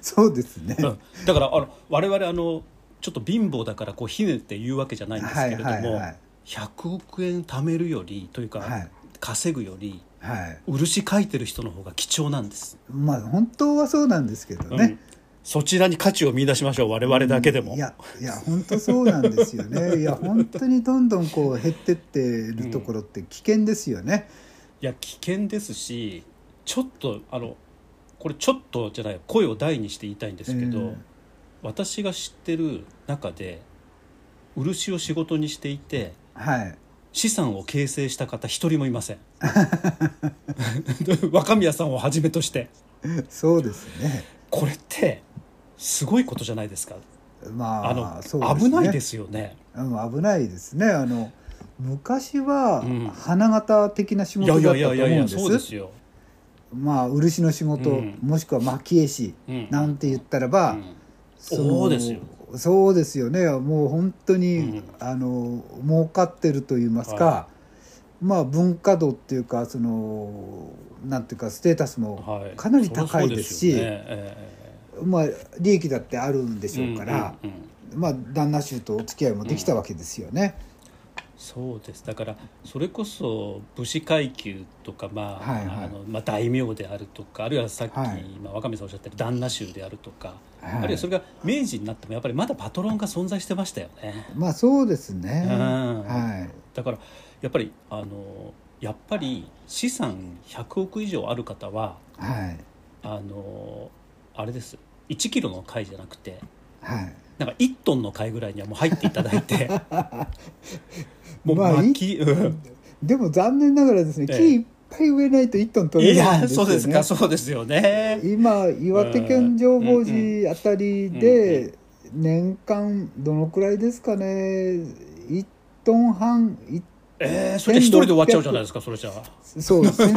Speaker 3: そうですね。
Speaker 2: うんだからあの我々あのちょっと貧乏だからこうひねって言うわけじゃ ないんですけれども、
Speaker 3: はいはいはい
Speaker 2: 100億円貯めるよりというか、
Speaker 3: はい
Speaker 2: 稼ぐより
Speaker 3: はい。
Speaker 2: 漆書いてる人の方が貴重なんです、
Speaker 3: まあ本当はそうなんですけど
Speaker 2: う
Speaker 3: ね
Speaker 2: ん。そちらに価値を見出しましょう我々だけでも、
Speaker 3: いやいや本当そうなんですよ ねいや本当にどんどんこう減ってってるところって危険ですよね、
Speaker 2: いや危険ですしちょっとあのこれちょっとじゃない声を大にして言いたいんですけど、
Speaker 3: うん
Speaker 2: 私が知ってる中で漆を仕事にしていて
Speaker 3: はい
Speaker 2: 資産を形成した方一人もいません 若宮さんをはじめとして
Speaker 3: そうですね
Speaker 2: これってすごいことじゃないですか
Speaker 3: まあ
Speaker 2: あの
Speaker 3: そうで
Speaker 2: 危
Speaker 3: すね
Speaker 2: ないですよね
Speaker 3: うん危ないですねあの昔は
Speaker 2: うん
Speaker 3: 花形的な仕
Speaker 2: いや
Speaker 3: 事
Speaker 2: い
Speaker 3: だっ
Speaker 2: や
Speaker 3: た
Speaker 2: い
Speaker 3: と
Speaker 2: や
Speaker 3: 思
Speaker 2: いうやいや
Speaker 3: んです
Speaker 2: そうですよ、
Speaker 3: まあ漆の仕事、
Speaker 2: うん
Speaker 3: もしくは蒔絵師
Speaker 2: うん
Speaker 3: なんて言ったらば、
Speaker 2: うん
Speaker 3: の
Speaker 2: そうですよ
Speaker 3: そうですよねもう本当に、
Speaker 2: うん
Speaker 3: あの儲かってると言いますか、
Speaker 2: は
Speaker 3: まあ文化度っていうかそのなんていうかステータスも、
Speaker 2: はい、
Speaker 3: かなり高いですし
Speaker 2: そうよねえ
Speaker 3: まあ利益だってあるんで
Speaker 2: え
Speaker 3: しょうから、
Speaker 2: うんうんうん
Speaker 3: まあ旦那衆とお付き合いもできたわけですよね。
Speaker 2: そうですだからそれこそ武士階級とか、まあ
Speaker 3: はいはい
Speaker 2: あのまあ、大名であるとかあるいはさっき、
Speaker 3: はい
Speaker 2: まあ、若宮さんおっしゃったように旦那衆であるとか、
Speaker 3: はい
Speaker 2: あるいはそれが明治になってもやっぱりまだパトロンが存在してましたよね。
Speaker 3: まあそうですね。
Speaker 2: うん
Speaker 3: はい。
Speaker 2: だからやっぱりあのやっぱり資産100億以上ある方は
Speaker 3: はい。
Speaker 2: あのあれです1キロの貝じゃなくて
Speaker 3: はい。
Speaker 2: なんか1トンの貝ぐらいにはもう入っていただい てもう
Speaker 3: まあ
Speaker 2: 巻き、うん
Speaker 3: でも残念ながらですね、
Speaker 2: ええ
Speaker 3: 木いっぱい植えないと一トン取
Speaker 2: い
Speaker 3: れない
Speaker 2: や
Speaker 3: んですよ
Speaker 2: そう
Speaker 3: ね。
Speaker 2: ですかそうですよね。
Speaker 3: 今岩手県浄法寺あたり
Speaker 2: うんう
Speaker 3: で年間どのくらいですかね1トン半い
Speaker 2: えー、それじゃ一人で終わっちゃうじゃないですかそれじゃあ
Speaker 3: そう
Speaker 2: どうどう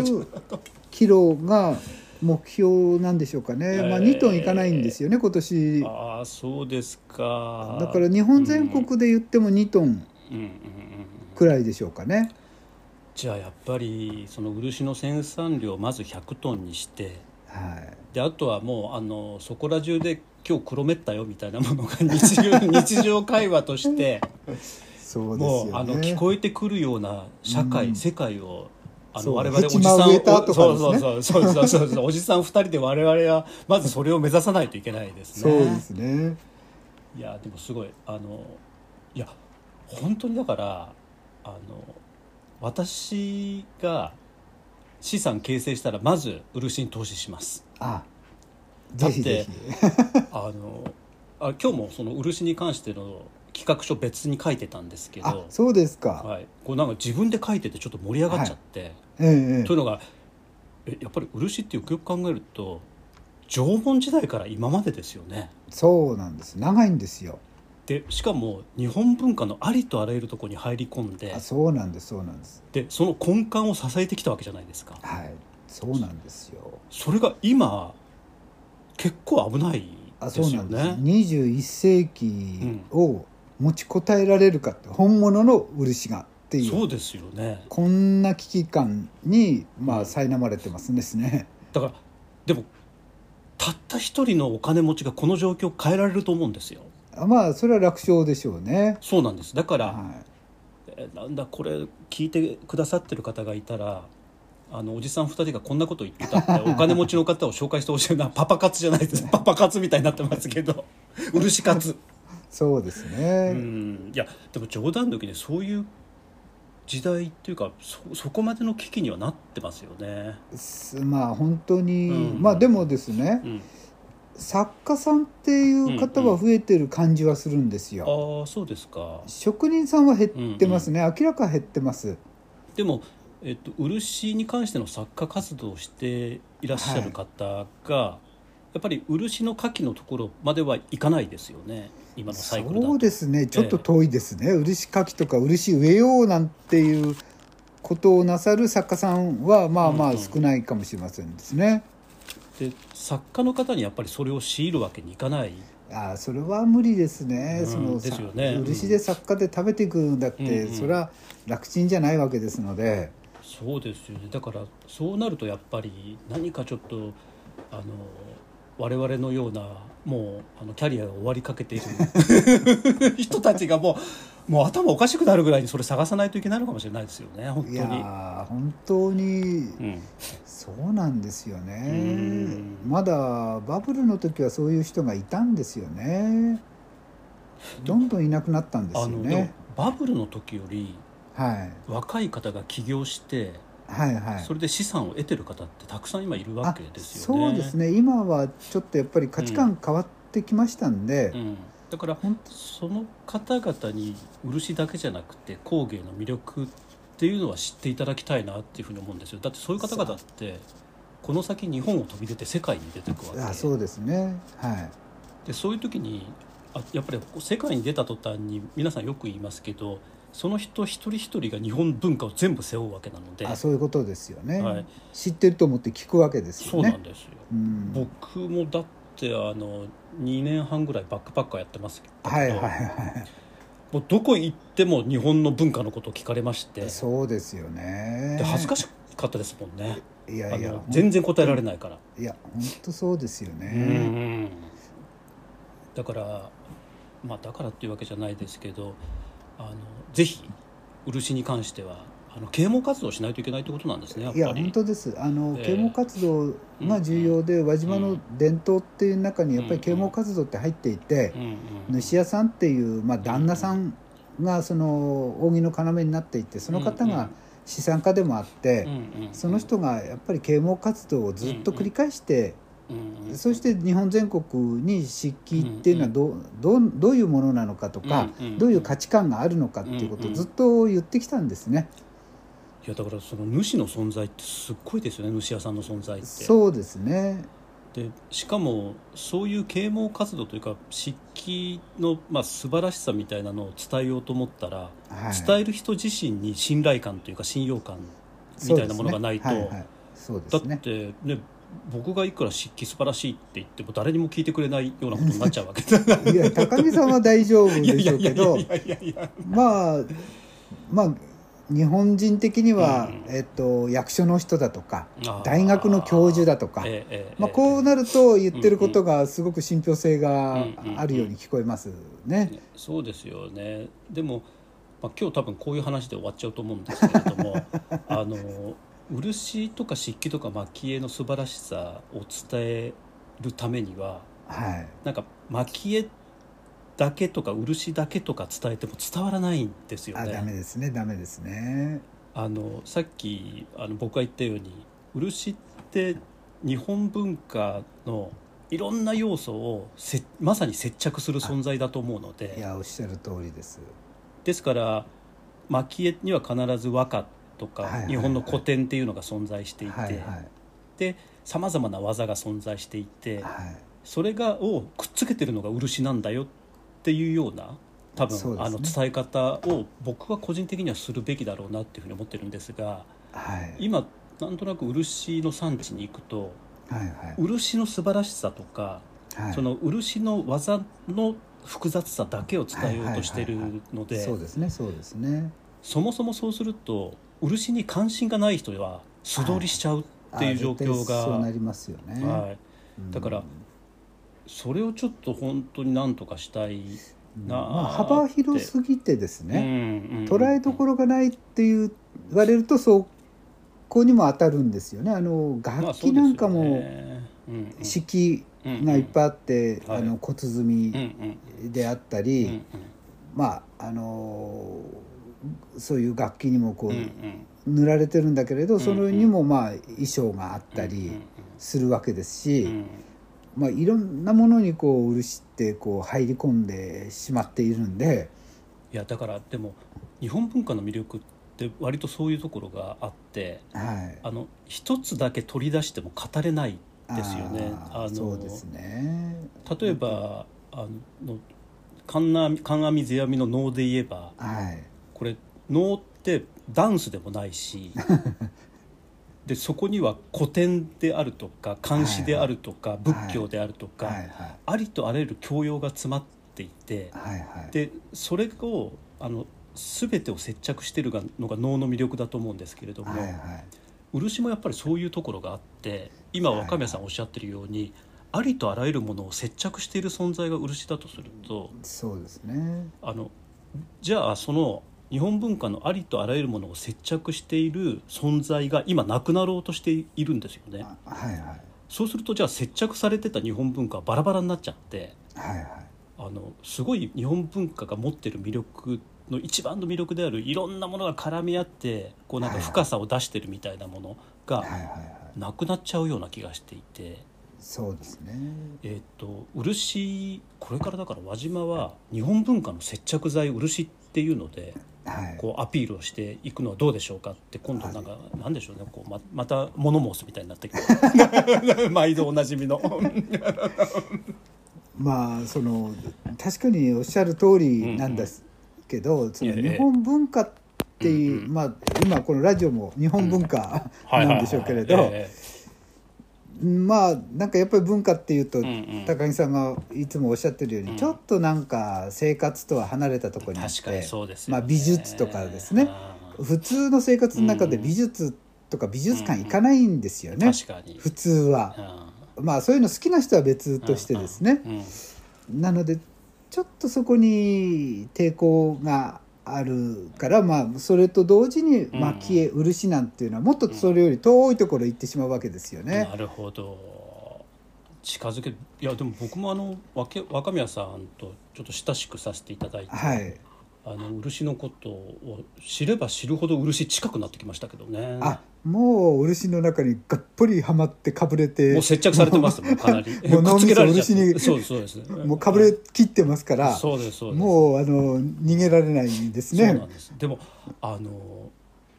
Speaker 3: 1600キロが目標なんでしょうかね、まあ、
Speaker 2: えー
Speaker 3: 2トンいかないんですよね今年だ
Speaker 2: ああそうですか
Speaker 3: から日本全国で言っても2トン
Speaker 2: うんうんうんうん
Speaker 3: くらいでしょうかね
Speaker 2: じゃあやっぱりその漆の生産量をまず100トンにして
Speaker 3: はい
Speaker 2: であとはもうあのそこら中で今日黒めったよみたいなものが日常日常会話として
Speaker 3: そうで
Speaker 2: も
Speaker 3: すよね
Speaker 2: うあの聞こえてくるような社会、
Speaker 3: うん
Speaker 2: 世界をあ
Speaker 3: そ
Speaker 2: の
Speaker 3: う
Speaker 2: 我々お
Speaker 3: ヘ
Speaker 2: じ
Speaker 3: チマ
Speaker 2: さん
Speaker 3: 植えた
Speaker 2: お
Speaker 3: とか
Speaker 2: そ
Speaker 3: で
Speaker 2: う
Speaker 3: す
Speaker 2: そう
Speaker 3: ね
Speaker 2: そうそうそうそうそうおじさん2人で我々はまずそれを目指さないといけないです
Speaker 3: そ
Speaker 2: ね。
Speaker 3: うですね
Speaker 2: いやでもすごいあのいや本当にだからあの私が資産形成したらまず漆に投資します
Speaker 3: あぜひぜひ
Speaker 2: あのあ今日もその漆に関しての企画書別に書いてたんですけ
Speaker 3: あ
Speaker 2: ど、
Speaker 3: そうですか、
Speaker 2: はい、こうなんか自分で書いててちょっと盛り上がっちゃって、
Speaker 3: えええ
Speaker 2: というのがえやっぱり漆ってよくよく考えると縄文時代から今までですよね。
Speaker 3: えそうなんです長いんですよ
Speaker 2: でしかも日本文化のありとあらゆるところに入り込んで
Speaker 3: あそうなんですそうなんです
Speaker 2: でその根幹を支えてきたわけじゃないですか
Speaker 3: はいそうなんですよ
Speaker 2: それが今結構危ない
Speaker 3: あ
Speaker 2: で
Speaker 3: そう
Speaker 2: す
Speaker 3: な
Speaker 2: よ
Speaker 3: んです、
Speaker 2: ね
Speaker 3: 21世紀を持ちこたえられるかって、本物の漆がってい
Speaker 2: そううですよね
Speaker 3: こんな危機感にま
Speaker 2: う
Speaker 3: あ
Speaker 2: ん
Speaker 3: 苛まれてますですね、
Speaker 2: だからでもたった一人のお金持ちがこの状況を変えられると思うんですよ
Speaker 3: あまあそれは楽勝でしょうね
Speaker 2: そうなんですだから、
Speaker 3: は
Speaker 2: えなんだこれ聞いてくださってる方がいたらあのおじさん2人がこんなこと言ってた ってお金持ちの方を紹介してほしいなパパ活じゃないですパパ活みたいになってますけ ど漆活
Speaker 3: いそうです
Speaker 2: う
Speaker 3: ね、
Speaker 2: んいやでも冗談抜きでそういう時代っていうかそそこまでの危機にはなってますよね。
Speaker 3: すまあ本当に、
Speaker 2: うん
Speaker 3: まあでもですね、
Speaker 2: うん、
Speaker 3: 作家さんっていう方は増えてる感じはするんですよ、
Speaker 2: ああそうですか。
Speaker 3: 職人さんは減ってますね、明らか減ってます
Speaker 2: でも、えっと、漆に関しての作家活動をしていらっしゃる方が、やっぱり漆の花器のところまではいかないですよね今のサイクルだ
Speaker 3: そう
Speaker 2: と。
Speaker 3: ですねちょっと遠いですね、漆かきとか漆植えようなんていうことをなさる作家さんはまあま
Speaker 2: う
Speaker 3: あ
Speaker 2: んうん
Speaker 3: 少ないかもしれませんですね、
Speaker 2: で作家の方にやっぱりそれを強いるわけにいかない。
Speaker 3: ああそれは無理ですね、
Speaker 2: うん
Speaker 3: その
Speaker 2: ですよね
Speaker 3: さ漆で作家で食べていくんだって、
Speaker 2: うんうん
Speaker 3: それは楽ちんじゃないわけですので、
Speaker 2: そうですよねだからそうなるとやっぱり何かちょっとあの我々のようなもうあのキャリアが終わりかけ ている人たちがもうもう頭おかしくなるぐらいにそれ探さないといけないのかもしれないですよね本当
Speaker 3: い
Speaker 2: に
Speaker 3: や。ー本当に
Speaker 2: うん
Speaker 3: そうなんですよね、
Speaker 2: うん
Speaker 3: まだバブルの時はそういう人がいたんですよねどんどんいなくなったんです
Speaker 2: あ
Speaker 3: よ
Speaker 2: のでも
Speaker 3: ね
Speaker 2: バブルの時より
Speaker 3: はい
Speaker 2: 若い方が起業して、
Speaker 3: はいはい
Speaker 2: それで資産を得てる方ってたくさん今いるわけですよね。
Speaker 3: そうですね今はちょっとやっぱり価値観変わってきましたんで、
Speaker 2: うんだから
Speaker 3: ほんと
Speaker 2: その方々に漆だけじゃなくて工芸の魅力っていうのは知っていただきたいなっていうふうに思うんですよだってそういう方々ってこの先日本を飛び出て世界に出てくわ
Speaker 3: あ
Speaker 2: け
Speaker 3: そうですねはい
Speaker 2: でそういう時にあやっぱりこう世界に出た途端に皆さんよく言いますけどその人一人一人が日本文化を全部背負うわけなので
Speaker 3: あそういうことですよね、
Speaker 2: はい
Speaker 3: 知ってると思って聞くわけです
Speaker 2: そう
Speaker 3: よね
Speaker 2: なんですよ、
Speaker 3: うん
Speaker 2: 僕もだってあの2年半ぐらいバックパッカーやってますけど、
Speaker 3: はいはいは
Speaker 2: もうどこ行っても日本の文化のことを聞かれまして
Speaker 3: いそうですよね
Speaker 2: で恥ずかしかったですもんね、
Speaker 3: いや
Speaker 2: あ
Speaker 3: いや
Speaker 2: の全然答えられないから、
Speaker 3: いや本当そうですよ
Speaker 2: うん
Speaker 3: ね、
Speaker 2: だからまあだからっていうわけじゃないですけどあのぜひ漆に関してはあの啓蒙活動をしないといけないってことなんですねやっ
Speaker 3: いや
Speaker 2: ぱ
Speaker 3: 本
Speaker 2: り。
Speaker 3: 当ですあの、
Speaker 2: ええ
Speaker 3: 啓蒙活動が重要で、輪島の伝統っていう中にやっぱり啓蒙活動って入っていて
Speaker 2: う、んうん
Speaker 3: 主屋さんっていう、まあ、旦那さんがその扇の要になっていてその方
Speaker 2: うんうん
Speaker 3: が資産家でもあって、
Speaker 2: うんうん
Speaker 3: その人がやっぱり啓蒙活動をずっと繰り返して、
Speaker 2: うんうん
Speaker 3: そして日本全国に漆器っていうのはど,、うどうどういうものなのかとか、
Speaker 2: うんうんうん
Speaker 3: どういう価値観があるのかっていうことをずっと言ってきたんですね。
Speaker 2: いやだからその主の存在ってすっごいですよね主屋さんの存在って。
Speaker 3: そうですね
Speaker 2: でしかもそういう啓蒙活動というか漆器の、まあ、素晴らしさみたいなのを伝えようと思ったら、
Speaker 3: はい
Speaker 2: 伝える人自身に信頼感というか信用感みたいなものがないと、
Speaker 3: そうですねはいはいそうで
Speaker 2: だ
Speaker 3: す
Speaker 2: っ
Speaker 3: ね
Speaker 2: てね僕がいくら漆器素晴らしいって言っても誰にも聞いてくれないようなことになっちゃうわ けだから。
Speaker 3: いや高木さんは大丈夫
Speaker 2: いや
Speaker 3: で
Speaker 2: い
Speaker 3: し
Speaker 2: や
Speaker 3: ょう
Speaker 2: いや
Speaker 3: け
Speaker 2: いや
Speaker 3: ど
Speaker 2: いやいやいや
Speaker 3: まあまあ日本人的には、
Speaker 2: うん
Speaker 3: えっと、役所の人だとか
Speaker 2: あー
Speaker 3: 大学の教授だとか、
Speaker 2: ええええ
Speaker 3: まあ、
Speaker 2: ええ
Speaker 3: こうなると言ってることがすごく信憑性
Speaker 2: うん
Speaker 3: が
Speaker 2: うん
Speaker 3: あるように聞こえますね。
Speaker 2: ねそうですよねでも、まあ、今日多分こういう話で終わっちゃうと思うんですけれど もあの漆とか漆器とか蒔絵の素晴らしさを伝えるためには
Speaker 3: はい、
Speaker 2: なんか蒔絵だけとか漆だけとか伝えても伝わらないんですよ
Speaker 3: あダメ
Speaker 2: ね。
Speaker 3: ですねダメですね。
Speaker 2: あのさっきあの僕が言ったように漆って日本文化のいろんな要素をせまさに接着する存在だと思うので。
Speaker 3: いやおっしゃる通りです。
Speaker 2: ですから蒔絵には必ず和歌とか、
Speaker 3: はいはいはい
Speaker 2: 日本の古典っていうのが存在していて、
Speaker 3: はいはい
Speaker 2: でさまざまな技が存在していて
Speaker 3: はい
Speaker 2: それがをくっつけてるのが漆なんだよっていうような多分、
Speaker 3: そうで
Speaker 2: あ
Speaker 3: すね
Speaker 2: の伝え方を僕は個人的にはするべきだろうなっていうふうに思ってるんですが
Speaker 3: はい
Speaker 2: 今なんとなく漆の産地に行くと
Speaker 3: はいはい
Speaker 2: 漆の素晴らしさとか
Speaker 3: はい
Speaker 2: その漆の技の複雑さだけを伝えようとしてるので
Speaker 3: そうですねそうですね
Speaker 2: そもそもそうすると漆に関心がない人は素通りしちゃうっていう状
Speaker 3: あ
Speaker 2: 況
Speaker 3: 絶対そうな
Speaker 2: が、
Speaker 3: りますよね、
Speaker 2: はい、
Speaker 3: うん
Speaker 2: だからそれをちょっと本当になんとかしたいな
Speaker 3: まあ、幅広すぎてです
Speaker 2: ね、
Speaker 3: ね、
Speaker 2: うんうん
Speaker 3: 捉えどころがないっていう言われるとそこにも当たるんですよねあの
Speaker 2: まあ
Speaker 3: 楽
Speaker 2: そうですよ
Speaker 3: 器
Speaker 2: ね
Speaker 3: なんかも
Speaker 2: うんうん
Speaker 3: 四季がいっぱいあって、
Speaker 2: うんうん
Speaker 3: あ
Speaker 2: は
Speaker 3: の
Speaker 2: いうん
Speaker 3: 小
Speaker 2: う
Speaker 3: 鼓
Speaker 2: ん
Speaker 3: であった
Speaker 2: う
Speaker 3: り、
Speaker 2: んうん
Speaker 3: まああのそういう楽器にもこ
Speaker 2: うん
Speaker 3: う塗られてるんだけれど、それにもまあ衣装があった
Speaker 2: うんうん
Speaker 3: りするわけですし、
Speaker 2: うん
Speaker 3: まあ、いろんなものにこう漆ってこう入り込んでしまっているんで、
Speaker 2: いやだからでも日本文化の魅力って割とそういうところがあって
Speaker 3: はい、
Speaker 2: あの一つだけ取り出しても語れないですよね。
Speaker 3: あー
Speaker 2: あの
Speaker 3: そうですね
Speaker 2: 例えばあの観阿弥観阿弥世阿弥の能で言えば
Speaker 3: はい
Speaker 2: これ能ってダンスでもない しでそこには古典であるとか漢詩であるとか、
Speaker 3: はい
Speaker 2: 仏教であるとか、
Speaker 3: はいはい
Speaker 2: ありとあらゆる教養が詰まっていて
Speaker 3: はいはい
Speaker 2: でそれをあの全てを接着してるがのが能の魅力だと思うんですけれども、
Speaker 3: はいはい
Speaker 2: 漆もやっぱりそういうところがあって今若宮さんおっしゃってるように、ありとあらゆるものを接着している存在が漆だとすると
Speaker 3: そうですね
Speaker 2: あのじゃあその日本文化のありとあらゆるものを接着している存在が今なくなろうとしているんですよね
Speaker 3: あはいはい
Speaker 2: そうするとじゃあ接着されてた日本文化はバラバラになっちゃって
Speaker 3: はいはい
Speaker 2: あのすごい日本文化が持ってる魅力の一番の魅力であるいろんなものが絡み合ってこうなんか深さを出してるみたいなものが
Speaker 3: はいはいはい
Speaker 2: なくなっちゃうような気がしていて
Speaker 3: そうですね
Speaker 2: えーっと漆これからだから輪島は日本文化の接着剤漆っていうので
Speaker 3: はい
Speaker 2: こうアピールをしていくのはどうでしょうかって今度なんか、なんでしょうねこうままた物申すみたいになってき て毎度おなじみの
Speaker 3: まあその確かにおっしゃる通りなんですけど、その
Speaker 2: いやいや
Speaker 3: 日本文化っていう、
Speaker 2: うんうん
Speaker 3: まあ今このラジオも日本文化 なんでしょうけれど、
Speaker 2: え
Speaker 3: まあなんかやっぱり文化っていうと、
Speaker 2: えうんうん
Speaker 3: 高木さんがいつもおっしゃってるように、
Speaker 2: うん
Speaker 3: ちょっとなんか生活とは離れたところにあって
Speaker 2: 確かにそうですよ
Speaker 3: まあ、美術とかですね
Speaker 2: あー
Speaker 3: 普通の生活の中で
Speaker 2: うん
Speaker 3: 美術とか美術館行かないんですよね、
Speaker 2: 確かに
Speaker 3: 普通は。まあそういうの好きな人は別としてですね、
Speaker 2: うんうん
Speaker 3: なのでちょっとそこに抵抗があるからまあそれと同時に
Speaker 2: ん
Speaker 3: 蒔絵漆なんていうのはもっとそれより遠いところ行ってしまうわけですよね。
Speaker 2: なるほど近づけいやでも僕もあのわけ若宮さんとちょっと親しくさせていただいて、
Speaker 3: はい、
Speaker 2: あの漆のことを知れば知るほど漆近くなってきましたけどね
Speaker 3: あもう漆の中にがっぽりはまってかぶれて
Speaker 2: もう接着されて ますもんかなり
Speaker 3: もう脳みそ
Speaker 2: くっつけられちゃっ
Speaker 3: 漆に
Speaker 2: てそうですそうです
Speaker 3: もうかぶれきってますから
Speaker 2: そうですそうです
Speaker 3: もうあの逃げられないんです
Speaker 2: そう
Speaker 3: ね
Speaker 2: なん。ですでもあの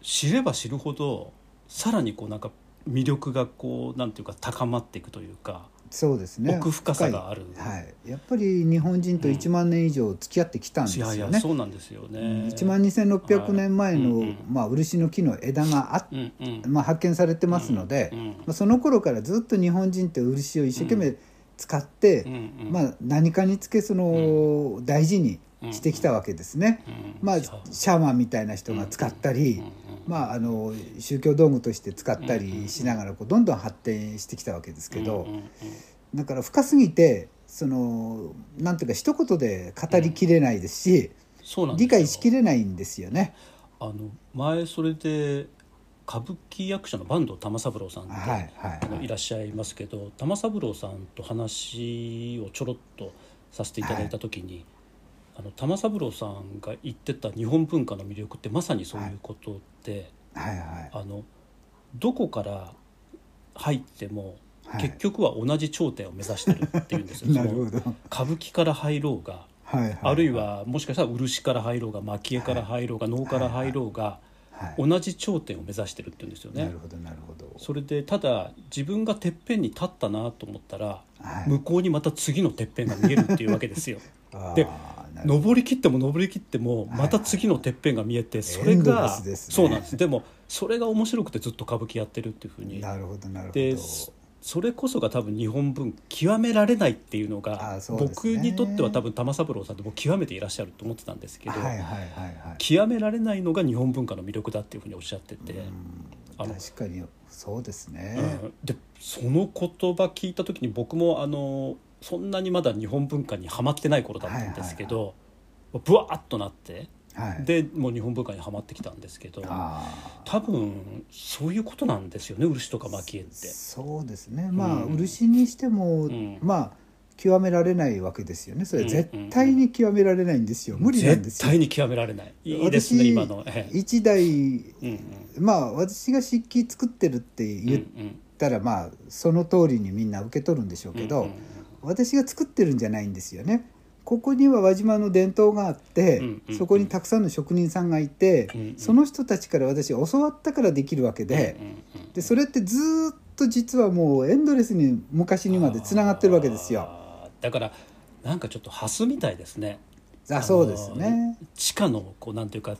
Speaker 2: 知れば知るほどさらにこうなんか魅力がこうなんていうか高まっていくというか
Speaker 3: そうですね
Speaker 2: 奥深さがある
Speaker 3: 深いはい、やっぱり日本人と1万年以上付き合ってきたんです
Speaker 2: い
Speaker 3: よ
Speaker 2: や
Speaker 3: ね。
Speaker 2: いやそうなんですよね
Speaker 3: 1万2600年前の、
Speaker 2: はいうんうん
Speaker 3: まあ、漆の木の枝があ、
Speaker 2: うんうん
Speaker 3: まあ、発見されてますので、
Speaker 2: うん
Speaker 3: まあ、その頃からずっと日本人って漆を一生懸命使って、
Speaker 2: うんうん
Speaker 3: まあ、何かにつけその、大事にしてきたわけですね。
Speaker 2: うん
Speaker 3: まあ、
Speaker 2: い
Speaker 3: シ
Speaker 2: や
Speaker 3: ャーマンみたいな人が使ったり、
Speaker 2: うんうん
Speaker 3: まあ、あの宗教道具として使ったりしながらこうどんどん発展してきたわけですけ
Speaker 2: う
Speaker 3: ど、
Speaker 2: んうんうん
Speaker 3: だから深すぎてそのなんていうか一言で語りきれないですし。
Speaker 2: そうなんです
Speaker 3: 理
Speaker 2: よ
Speaker 3: 解しきれないんですよね。
Speaker 2: あの前それで歌舞伎役者の坂東玉三郎さんって、
Speaker 3: はいは
Speaker 2: あのい
Speaker 3: い。
Speaker 2: らっしゃいますけど玉三郎さんと話をちょろっとさせていただいた時に、あの玉三郎さんが言ってた日本文化の魅力ってまさにそういうことで、
Speaker 3: はいはい。
Speaker 2: あのどこから入っても
Speaker 3: はい
Speaker 2: 結局は同じ頂点を目指してるっていうん ですよ。
Speaker 3: なるほ
Speaker 2: その
Speaker 3: ど。
Speaker 2: 歌舞伎から入ろうが
Speaker 3: はいはい。
Speaker 2: あるいはもしかしたら漆から入ろうが蒔絵から入ろうが能から入ろうが
Speaker 3: はい。
Speaker 2: 同じ頂点を目指してるっていうんですよ
Speaker 3: な
Speaker 2: ね
Speaker 3: る。ほどなるほど。
Speaker 2: それでただ自分がてっぺんに立ったなと思ったら
Speaker 3: はい
Speaker 2: 向こうにまた次のてっぺんが見えるっていうわけですよ。
Speaker 3: あー
Speaker 2: で
Speaker 3: なるほど
Speaker 2: 登り切っても登り切ってもまた次のてっぺんが見えてそれ
Speaker 3: エンドレ
Speaker 2: が
Speaker 3: スですね
Speaker 2: そうなんですでもそれが面白くてずっと歌舞伎やってるっていうふうに
Speaker 3: なるほどなるほ
Speaker 2: で
Speaker 3: ど。
Speaker 2: そそれこそが多分日本文極められないっていうの
Speaker 3: あ
Speaker 2: が
Speaker 3: ーそうですね
Speaker 2: 僕にとっては多分玉三郎さんでも極めていらっしゃると思ってたんですけど
Speaker 3: はいはいはいはい。
Speaker 2: 極められないのが日本文化の魅力だっていうふうにおっしゃってて。あの
Speaker 3: 確かにそうですね。
Speaker 2: うんでその言葉聞いた時に僕もあのそんなにまだ日本文化にはまってない頃だったんですけど、ブワーッとなって
Speaker 3: はい。
Speaker 2: でもう日本文化にはまってきたんですけど
Speaker 3: あ
Speaker 2: 多分そういうことなんですよね漆とか蒔絵っ
Speaker 3: ー
Speaker 2: て。
Speaker 3: そうですね。まあ
Speaker 2: うん
Speaker 3: 漆にしても
Speaker 2: ん
Speaker 3: まあ。極められないわけですよね。それ
Speaker 2: うん
Speaker 3: 絶対に極められないんですよ。無理なんです
Speaker 2: 絶
Speaker 3: よ。
Speaker 2: 対に極められないいいですね
Speaker 3: 私
Speaker 2: 今の。ええ
Speaker 3: 一台
Speaker 2: うん
Speaker 3: まあ私が漆器作ってるって
Speaker 2: うんう
Speaker 3: 言っ
Speaker 2: ん
Speaker 3: たらまあその通りにみんな受け取るんでしょうけ
Speaker 2: う
Speaker 3: ど、
Speaker 2: んうん
Speaker 3: 私が作ってるんじゃないんですよね。ここには輪島の伝統があって、
Speaker 2: うんうんうん
Speaker 3: そこにたくさんの職人さんがいて、
Speaker 2: うんうん
Speaker 3: その人たちから私教わったからできるわけで,、
Speaker 2: うんうん
Speaker 3: でそれってずーっと実はもうエンドレスに昔にまでつながってるわけですよ。
Speaker 2: あーだからなんかちょっとハスみたいですね。
Speaker 3: あそうですね。
Speaker 2: あの地下のこうなんていうか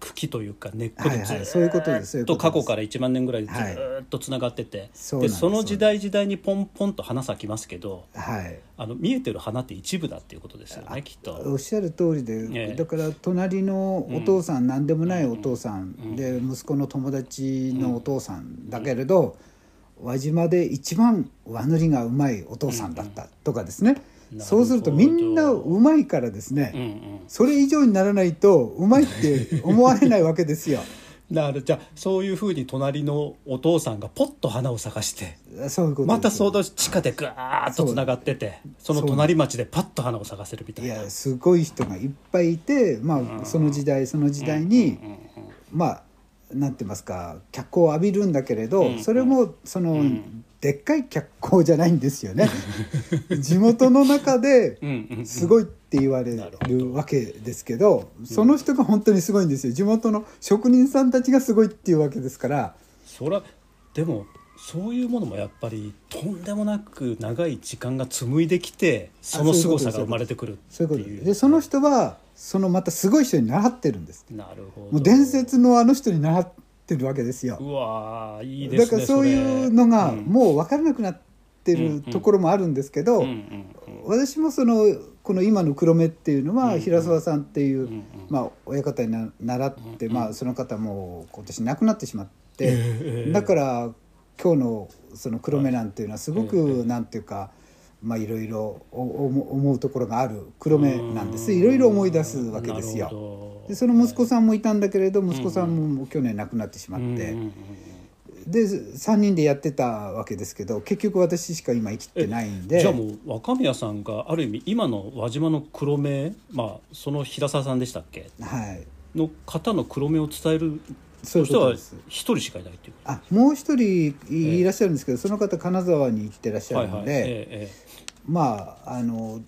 Speaker 2: 茎というか根っこ
Speaker 3: は
Speaker 2: で
Speaker 3: い
Speaker 2: ず
Speaker 3: は
Speaker 2: ー
Speaker 3: い、そういうことですそうい
Speaker 2: っ
Speaker 3: うこととです
Speaker 2: 過去から1万年ぐらいずーっとつながってて、
Speaker 3: そうな
Speaker 2: で
Speaker 3: んです
Speaker 2: その時代時代にポンポンと花咲きますけど
Speaker 3: はい
Speaker 2: あの見えてる花って一部だっていうことですよねきっ
Speaker 3: お
Speaker 2: と。
Speaker 3: っしゃる通りで、
Speaker 2: ええ
Speaker 3: だから隣のお父さん、何でもないお父さん、
Speaker 2: うん
Speaker 3: で息子の友達のお父さんだけれど、輪島で一番輪塗りがうまいお父さんだったとかですね、
Speaker 2: うん
Speaker 3: そうすると
Speaker 2: なる
Speaker 3: み
Speaker 2: ほど
Speaker 3: んなうまいからですね、
Speaker 2: うんうん、
Speaker 3: それ以上にならないとうまいって思われないわけですよ。
Speaker 2: なるじゃあそういうふうに隣のお父さんがポッと花を咲かして
Speaker 3: そういうことです
Speaker 2: またその地下でぐわーっとつながっててその隣町でパッと花を咲かせるみた
Speaker 3: い
Speaker 2: いな。
Speaker 3: やすごい人がいっぱいいて、まあ、その時代その時代に、まあなんて言いますか脚光を浴びるんだけれど、
Speaker 2: うん
Speaker 3: それもその、でっかい脚光じゃないんで すよね地元の中で
Speaker 2: うんうんうん
Speaker 3: すごいって言われ
Speaker 2: なるほ
Speaker 3: る
Speaker 2: ど
Speaker 3: わけですけどその人が本当にすごいんですよ地元の職人さんたちがすごいっていうわけですから
Speaker 2: そらでもそういうものもやっぱりとんでもなく長い時間が紡いできてその凄さが生まれてくるって
Speaker 3: そういうこと
Speaker 2: い
Speaker 3: で
Speaker 2: う
Speaker 3: すでその人はそのまたすごい人に習ってるんです
Speaker 2: なるほど
Speaker 3: もう伝説のあの人に習ってるわけですよ
Speaker 2: うわーいいですね
Speaker 3: だからそういうのがもう分からなくなって
Speaker 2: うんう
Speaker 3: る
Speaker 2: ん
Speaker 3: ところもあるんですけど、
Speaker 2: それうんうんうん
Speaker 3: 私もそのこの今の黒目っていうの
Speaker 2: うんう
Speaker 3: は
Speaker 2: ん
Speaker 3: 平沢さんってい
Speaker 2: う
Speaker 3: う、
Speaker 2: んうん
Speaker 3: まあ、親方にな習って、
Speaker 2: うんうん
Speaker 3: まあ、その方も今年亡くなってしまっ
Speaker 2: え
Speaker 3: て、
Speaker 2: えええ
Speaker 3: だから今日のその黒目なんていうのはすご
Speaker 2: はいえ
Speaker 3: く
Speaker 2: え
Speaker 3: なんていうか、まあ、いろいろおおも思うところがある黒目なんです
Speaker 2: う
Speaker 3: いろいろ思い出すわけです
Speaker 2: なる
Speaker 3: よ。
Speaker 2: ほど
Speaker 3: でその息子
Speaker 2: ん
Speaker 3: さんもいたんだけれど
Speaker 2: ん
Speaker 3: 息子さんももう去年亡くなってしまって。
Speaker 2: うんうんうん
Speaker 3: で3人でやってたわけですけど結局私しか今生きてないんで
Speaker 2: じゃあもう若宮さんがある意味今の輪島の黒目まあその平沢さんでしたっけ
Speaker 3: はい
Speaker 2: の方の黒目を伝えると
Speaker 3: そうい
Speaker 2: し
Speaker 3: うこ
Speaker 2: て
Speaker 3: と
Speaker 2: は
Speaker 3: です
Speaker 2: 一人しかいないっていうこ
Speaker 3: あもう一人いらっしゃるんですけど、その方金沢に行ってらっし
Speaker 2: と
Speaker 3: ゃるので、
Speaker 2: はいはいえええ
Speaker 3: まああの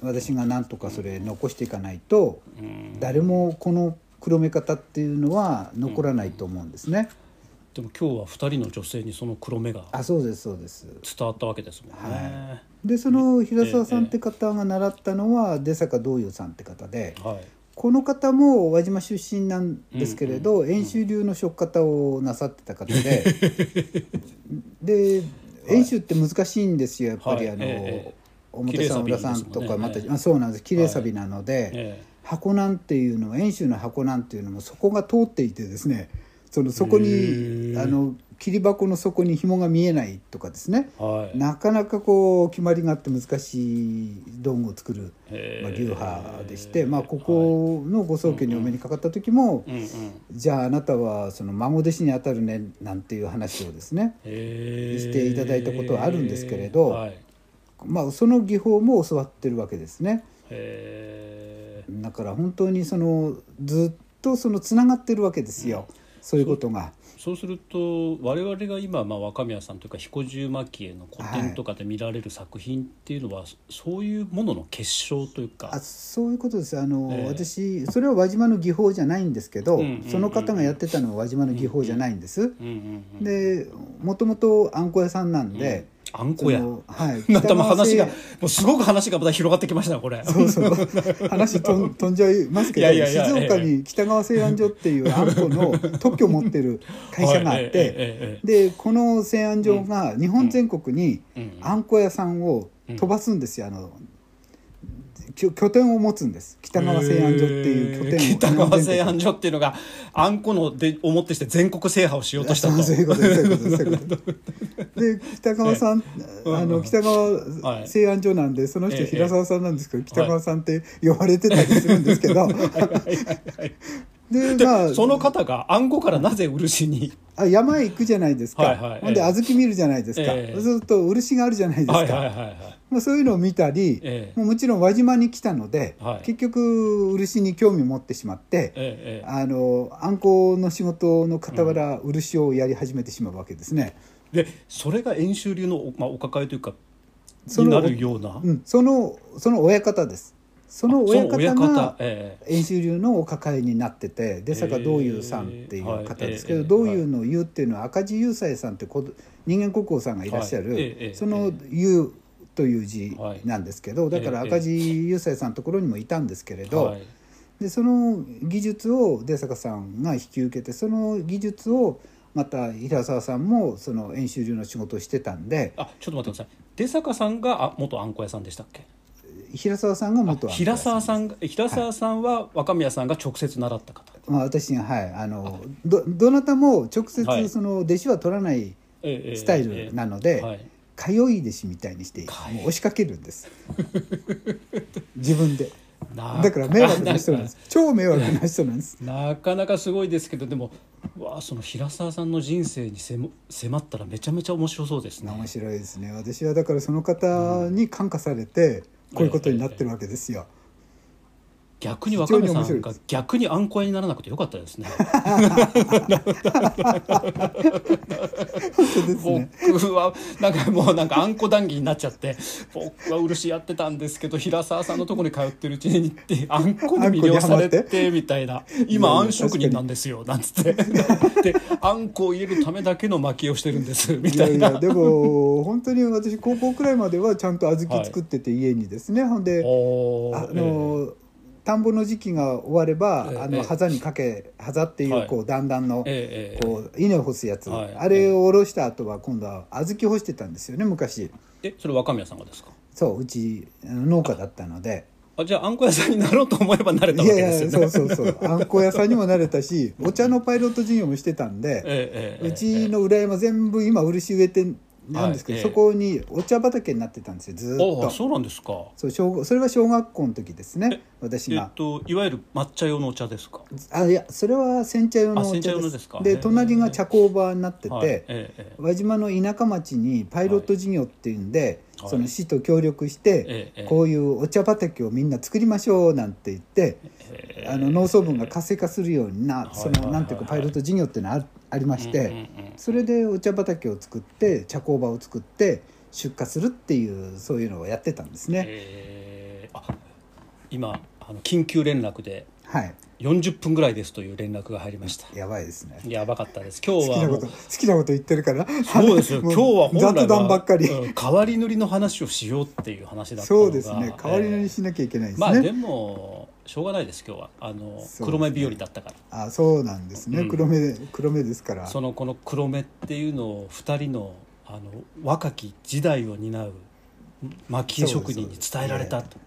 Speaker 3: 私がなんとかそれ残していかないと
Speaker 2: えうん
Speaker 3: 誰もこの黒目方っていうのは残らないと思うんですね。
Speaker 2: でも今日は二人の女性にその黒目が
Speaker 3: あそうですそうです
Speaker 2: 伝わったわけですもんね、は
Speaker 3: でその平沢さんって方が習ったのは出坂道雄さんって方で。
Speaker 2: い
Speaker 3: この方も輪島出身なんですけれど、遠州流の職方をなさってた方 でで遠州って難しいんですよやっぱり
Speaker 2: は
Speaker 3: あ
Speaker 2: い
Speaker 3: の、
Speaker 2: ええ
Speaker 3: 表さん裏さんと
Speaker 2: 綺
Speaker 3: か
Speaker 2: 麗サ
Speaker 3: ま
Speaker 2: ビですもんね
Speaker 3: た、
Speaker 2: ええ
Speaker 3: あそうなんです綺麗サビなので、
Speaker 2: え
Speaker 3: 箱なんっていうのは遠州の箱なんっていうのもそこが通っていてですねそのそこ
Speaker 2: へ
Speaker 3: に
Speaker 2: ー
Speaker 3: あの切り箱の底に紐が見えないとかですね
Speaker 2: えはい
Speaker 3: なかなかこう決まりがあって難しい道具を作る。
Speaker 2: ええ
Speaker 3: まあ、流派でして、まあ、ここのご宗家にお目にかかった時も、
Speaker 2: うんうん
Speaker 3: じゃああなたはその孫弟子にあたるねなんていう話をですね、
Speaker 2: ええ
Speaker 3: していただいたことはあるんですけれど
Speaker 2: はい
Speaker 3: まあ、その技法も教わってるわけですね
Speaker 2: ええ
Speaker 3: だから本当にそのずっとそのつながってるわけですよ、そういうことが。
Speaker 2: そうすると我々が今、まあ、若宮さんというか彦十蒔絵の古典とかで見られる作品っていうのは、そういうものの結晶というか
Speaker 3: あそういうことですあの、
Speaker 2: ええ
Speaker 3: 私それは輪島の技法じゃないんですけど、
Speaker 2: うんうんうん
Speaker 3: その方がやってたのは輪島の技法じゃないんです。
Speaker 2: うんうんうん、
Speaker 3: でもともとあんこ屋さんなんで、
Speaker 2: あんこや
Speaker 3: そのはい、
Speaker 2: なんかもう話が
Speaker 3: 北
Speaker 2: も
Speaker 3: 川
Speaker 2: うすごく話がまた広がってきましたねこれ
Speaker 3: そ うそう話とん飛んじゃいますけど
Speaker 2: いやいやいや
Speaker 3: 静岡に北川製卵所っていうあんこの特許を持ってる会社があっ
Speaker 2: はいえ
Speaker 3: て
Speaker 2: ええええ
Speaker 3: でこの製卵所が日本全国に
Speaker 2: えうん
Speaker 3: あんこ屋さんを飛ばすんですよあの拠拠点を持つんです北川製卵所っていう拠点を
Speaker 2: えー北川製
Speaker 3: 所
Speaker 2: 安所っていうのがあんこので思ってして全国制覇をしようとしたと
Speaker 3: そういうことですそういうことですそういうことですで北川さん、
Speaker 2: うん
Speaker 3: あ
Speaker 2: う
Speaker 3: の
Speaker 2: ん
Speaker 3: 北
Speaker 2: は
Speaker 3: 川
Speaker 2: い
Speaker 3: 製安所なんでその
Speaker 2: え
Speaker 3: 人
Speaker 2: え
Speaker 3: 平沢さんなんですけど、北
Speaker 2: は
Speaker 3: 川
Speaker 2: い
Speaker 3: さんって呼ばれてたりするんですけど、で
Speaker 2: で
Speaker 3: まあ
Speaker 2: その方があんこからなぜ漆に
Speaker 3: あ山へ行くじゃないですか、
Speaker 2: はいはい
Speaker 3: ほんで
Speaker 2: ええ
Speaker 3: 小豆見るじゃないですか、
Speaker 2: ええ
Speaker 3: そうすると漆があるじゃないですか、
Speaker 2: はいはいはいはい
Speaker 3: まあ、そういうのを見たり、
Speaker 2: ええ
Speaker 3: もうもちろん輪島に来たので、
Speaker 2: はい
Speaker 3: 結局漆に興味持ってしまって、
Speaker 2: えええ
Speaker 3: あのあんこの仕事の傍ら漆をやり始めてしまうわけですね。
Speaker 2: えでそれが遠州流のお,、まあ、お抱えというか
Speaker 3: そ
Speaker 2: に
Speaker 3: の
Speaker 2: なるような
Speaker 3: うん、そのその親方です。その親
Speaker 2: その
Speaker 3: 方が
Speaker 2: ええ
Speaker 3: 遠州流のお抱えになってて出坂道友さんっていう方ですけど、
Speaker 2: えーはい
Speaker 3: 道友の友っていうのは赤字雄斎さんってこ人間国宝さんがいらっしゃる、
Speaker 2: はいえー
Speaker 3: その友という字なんですけ
Speaker 2: は
Speaker 3: ど、
Speaker 2: い
Speaker 3: だから
Speaker 2: えー
Speaker 3: 赤字雄斎さんのところにもいたんですけれど、
Speaker 2: はい
Speaker 3: でその技術を出坂さんが引き受けてその技術をまた平沢さんもその遠州流の仕事をしてたんで
Speaker 2: あちょっと待ってください出坂さんがあ元あんこ屋さんでしたっけ
Speaker 3: 平沢さんが元
Speaker 2: 平沢さ
Speaker 3: ん、
Speaker 2: んが平沢さんは若宮さんが直接習った方、
Speaker 3: まあ、私がはいあのどどなたも直
Speaker 2: は
Speaker 3: 接
Speaker 2: い
Speaker 3: その弟子は取らない
Speaker 2: ええええ
Speaker 3: スタイルなので、
Speaker 2: はい
Speaker 3: 通い弟子みたいにして
Speaker 2: はい
Speaker 3: もう押しかけるんです 自分で
Speaker 2: な
Speaker 3: だから迷惑な人なんです超迷惑な人なんです
Speaker 2: なかなかすごいですけどでもわあその平沢さんの人生に迫迫ったらめちゃめちゃ面白そうですね
Speaker 3: 面白いですね私はだからその方に感化されてこういうことになってるわけですよ、
Speaker 2: 逆に若目さ
Speaker 3: 非常に
Speaker 2: ん
Speaker 3: 面白い
Speaker 2: が
Speaker 3: で
Speaker 2: 逆にあんこ屋にならなくてよかったですね
Speaker 3: そうですね。
Speaker 2: 僕はなんかもうなんかあんこ談義になっちゃって僕は漆やってたんですけど平沢さんのとこに通ってるうちに行ってあんこに魅了され
Speaker 3: あんこにハマって
Speaker 2: みたいな今あん職人なんですよなんつって であんこを入れるためだけの薪をしてるんですみ
Speaker 3: い
Speaker 2: た
Speaker 3: や
Speaker 2: い
Speaker 3: い
Speaker 2: な
Speaker 3: やでも本当に私高校くらいまではちゃんと小
Speaker 2: は
Speaker 3: 豆
Speaker 2: い
Speaker 3: 作ってて家にですね、ほんで
Speaker 2: おー
Speaker 3: あ
Speaker 2: ええ
Speaker 3: の、田んぼの時期が終われば、
Speaker 2: ええ
Speaker 3: あ
Speaker 2: ええ
Speaker 3: のハザにかけハザっていう、
Speaker 2: はい
Speaker 3: こうだんだんの、
Speaker 2: ええええ
Speaker 3: こう稲を干すやつ、
Speaker 2: はい
Speaker 3: あれをおろした後は今度は小豆干してたんですよね昔
Speaker 2: えそれ若宮さんがですか
Speaker 3: そううちあの農家だったので
Speaker 2: あじゃああんこ屋さんになろうと思えばなれ
Speaker 3: い
Speaker 2: たわけ
Speaker 3: や
Speaker 2: で
Speaker 3: い
Speaker 2: す
Speaker 3: や
Speaker 2: よね
Speaker 3: そうそうそうあんこ屋さんにもなれたしお茶のパイロット事業もしてたんで、
Speaker 2: ええええ
Speaker 3: うちの裏山全部今漆植えてなんですけど、
Speaker 2: はいええ
Speaker 3: そこにお茶畑になってたんですよずーっ
Speaker 2: あ
Speaker 3: と
Speaker 2: あそうなんですか
Speaker 3: そう小それは小学校の時ですね私
Speaker 2: えっ
Speaker 3: が
Speaker 2: といわゆる抹茶用のお茶ですか
Speaker 3: あいやそれは煎茶用の
Speaker 2: あ
Speaker 3: お
Speaker 2: 煎茶用
Speaker 3: 茶
Speaker 2: の
Speaker 3: で
Speaker 2: ですすか
Speaker 3: で
Speaker 2: へえ
Speaker 3: 隣が茶工場になってて、
Speaker 2: はいええええ
Speaker 3: 輪島の田舎町にパイロット事業っていうんで、
Speaker 2: はい
Speaker 3: その市と協力して、
Speaker 2: ええ
Speaker 3: こういうお茶畑をみんな作りましょうなんて言って、
Speaker 2: え
Speaker 3: あの農村部が活性化するような、
Speaker 2: い
Speaker 3: そ
Speaker 2: はい
Speaker 3: の
Speaker 2: はい
Speaker 3: なんていうかパイロット事業っていうのはあありまして、
Speaker 2: うんうんうん
Speaker 3: それでお茶畑を作って茶工場を作って出荷するっていうそういうのをやってたんですね。
Speaker 2: えーあ今あの緊急連絡で
Speaker 3: はい、
Speaker 2: 40分ぐらいですという連絡が入りました
Speaker 3: やばいですね。
Speaker 2: やばかったです今日
Speaker 3: 好き
Speaker 2: は
Speaker 3: な
Speaker 2: もう
Speaker 3: こと好きなこと言ってるから。
Speaker 2: そうですよ
Speaker 3: も
Speaker 2: 今日は本来は
Speaker 3: 雑談ばっかり。
Speaker 2: うん変わり塗りの話をしようっていう話だったのが
Speaker 3: そうですね。代わりにしなきゃいけない
Speaker 2: えー
Speaker 3: です
Speaker 2: まあで
Speaker 3: ね。
Speaker 2: もしょうがないです今日はあの、
Speaker 3: すね
Speaker 2: 黒目日和だったから
Speaker 3: あ、そうなんです
Speaker 2: う
Speaker 3: ね。
Speaker 2: ん
Speaker 3: 黒目黒目ですから。
Speaker 2: そのこの黒目っていうのを2人のあの若き時代を担う蒔絵職人に伝えられたと。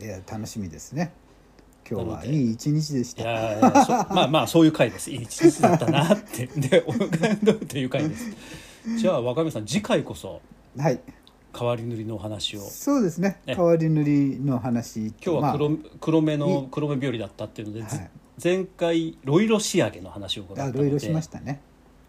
Speaker 3: いや楽しみですね。今日
Speaker 2: なの
Speaker 3: は
Speaker 2: で
Speaker 3: いい一日でし
Speaker 2: い
Speaker 3: た。
Speaker 2: やいやそまあまあそういう回ですいい一日だったな ってでおっていう回ですじゃあ若宮さん次回こそ
Speaker 3: はい。
Speaker 2: 変わり塗りのお話を
Speaker 3: そうですね。
Speaker 2: ね
Speaker 3: 代わり塗りの話と。
Speaker 2: 今日は黒,、
Speaker 3: ま
Speaker 2: 黒目の
Speaker 3: い
Speaker 2: 黒目日和だったっていうので、ず
Speaker 3: はい
Speaker 2: 前回ロイロ仕上げの話を伺った
Speaker 3: あ、
Speaker 2: の
Speaker 3: い
Speaker 2: で
Speaker 3: ろいろしましたね。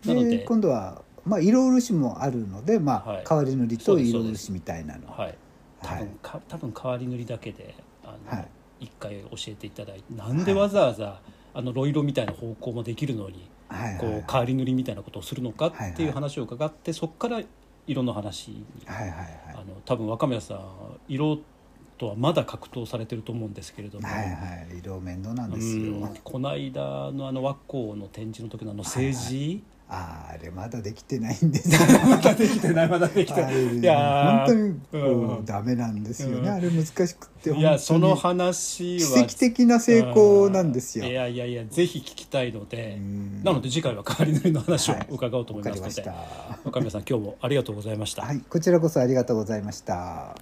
Speaker 2: なので
Speaker 3: で今度はまあ色漆もあるので、まあ、
Speaker 2: はい
Speaker 3: 代わり塗り
Speaker 2: そう
Speaker 3: と
Speaker 2: ですそ
Speaker 3: 色
Speaker 2: うです
Speaker 3: 漆みたいなの。
Speaker 2: はい多分,、か多分変わり塗りだけであの、
Speaker 3: はい
Speaker 2: 一回教えていただいてなんでわざわざ、あのロイロみたいな方向もできるのに
Speaker 3: はい。
Speaker 2: こ
Speaker 3: は
Speaker 2: う
Speaker 3: い
Speaker 2: 変わり塗りみたいなことをするのかって
Speaker 3: は
Speaker 2: い
Speaker 3: いは
Speaker 2: う
Speaker 3: い
Speaker 2: 話を伺ってそこから色の話に、
Speaker 3: はいはい
Speaker 2: あ
Speaker 3: は
Speaker 2: の多分若宮さん色とはまだ格闘されてると思うんですけれど
Speaker 3: い。
Speaker 2: も。
Speaker 3: はいはい。色面倒なん
Speaker 2: う
Speaker 3: ですよ。
Speaker 2: んこの間のあの和光の展示の時のあの政治、
Speaker 3: あーあれまだできてないんです。
Speaker 2: まだできてないまだできて
Speaker 3: あ
Speaker 2: な
Speaker 3: れ
Speaker 2: い
Speaker 3: ね
Speaker 2: いや
Speaker 3: 本当に
Speaker 2: うん
Speaker 3: こうダメなんですよ
Speaker 2: うん
Speaker 3: ね。あれ難しくって
Speaker 2: いや
Speaker 3: 本
Speaker 2: そ
Speaker 3: 当
Speaker 2: の
Speaker 3: に
Speaker 2: 話は
Speaker 3: 奇跡的な成功なんですよ
Speaker 2: い。やいやいやぜひ聞きたいので
Speaker 3: うん
Speaker 2: なので次回は代わり塗りの話を
Speaker 3: はい
Speaker 2: 伺おうと思
Speaker 3: わ
Speaker 2: い
Speaker 3: か
Speaker 2: ま
Speaker 3: り
Speaker 2: すの
Speaker 3: まし
Speaker 2: で、
Speaker 3: た。は
Speaker 2: 若宮さん今日もありがとうございました。
Speaker 3: い、こちらこそありがとうございました。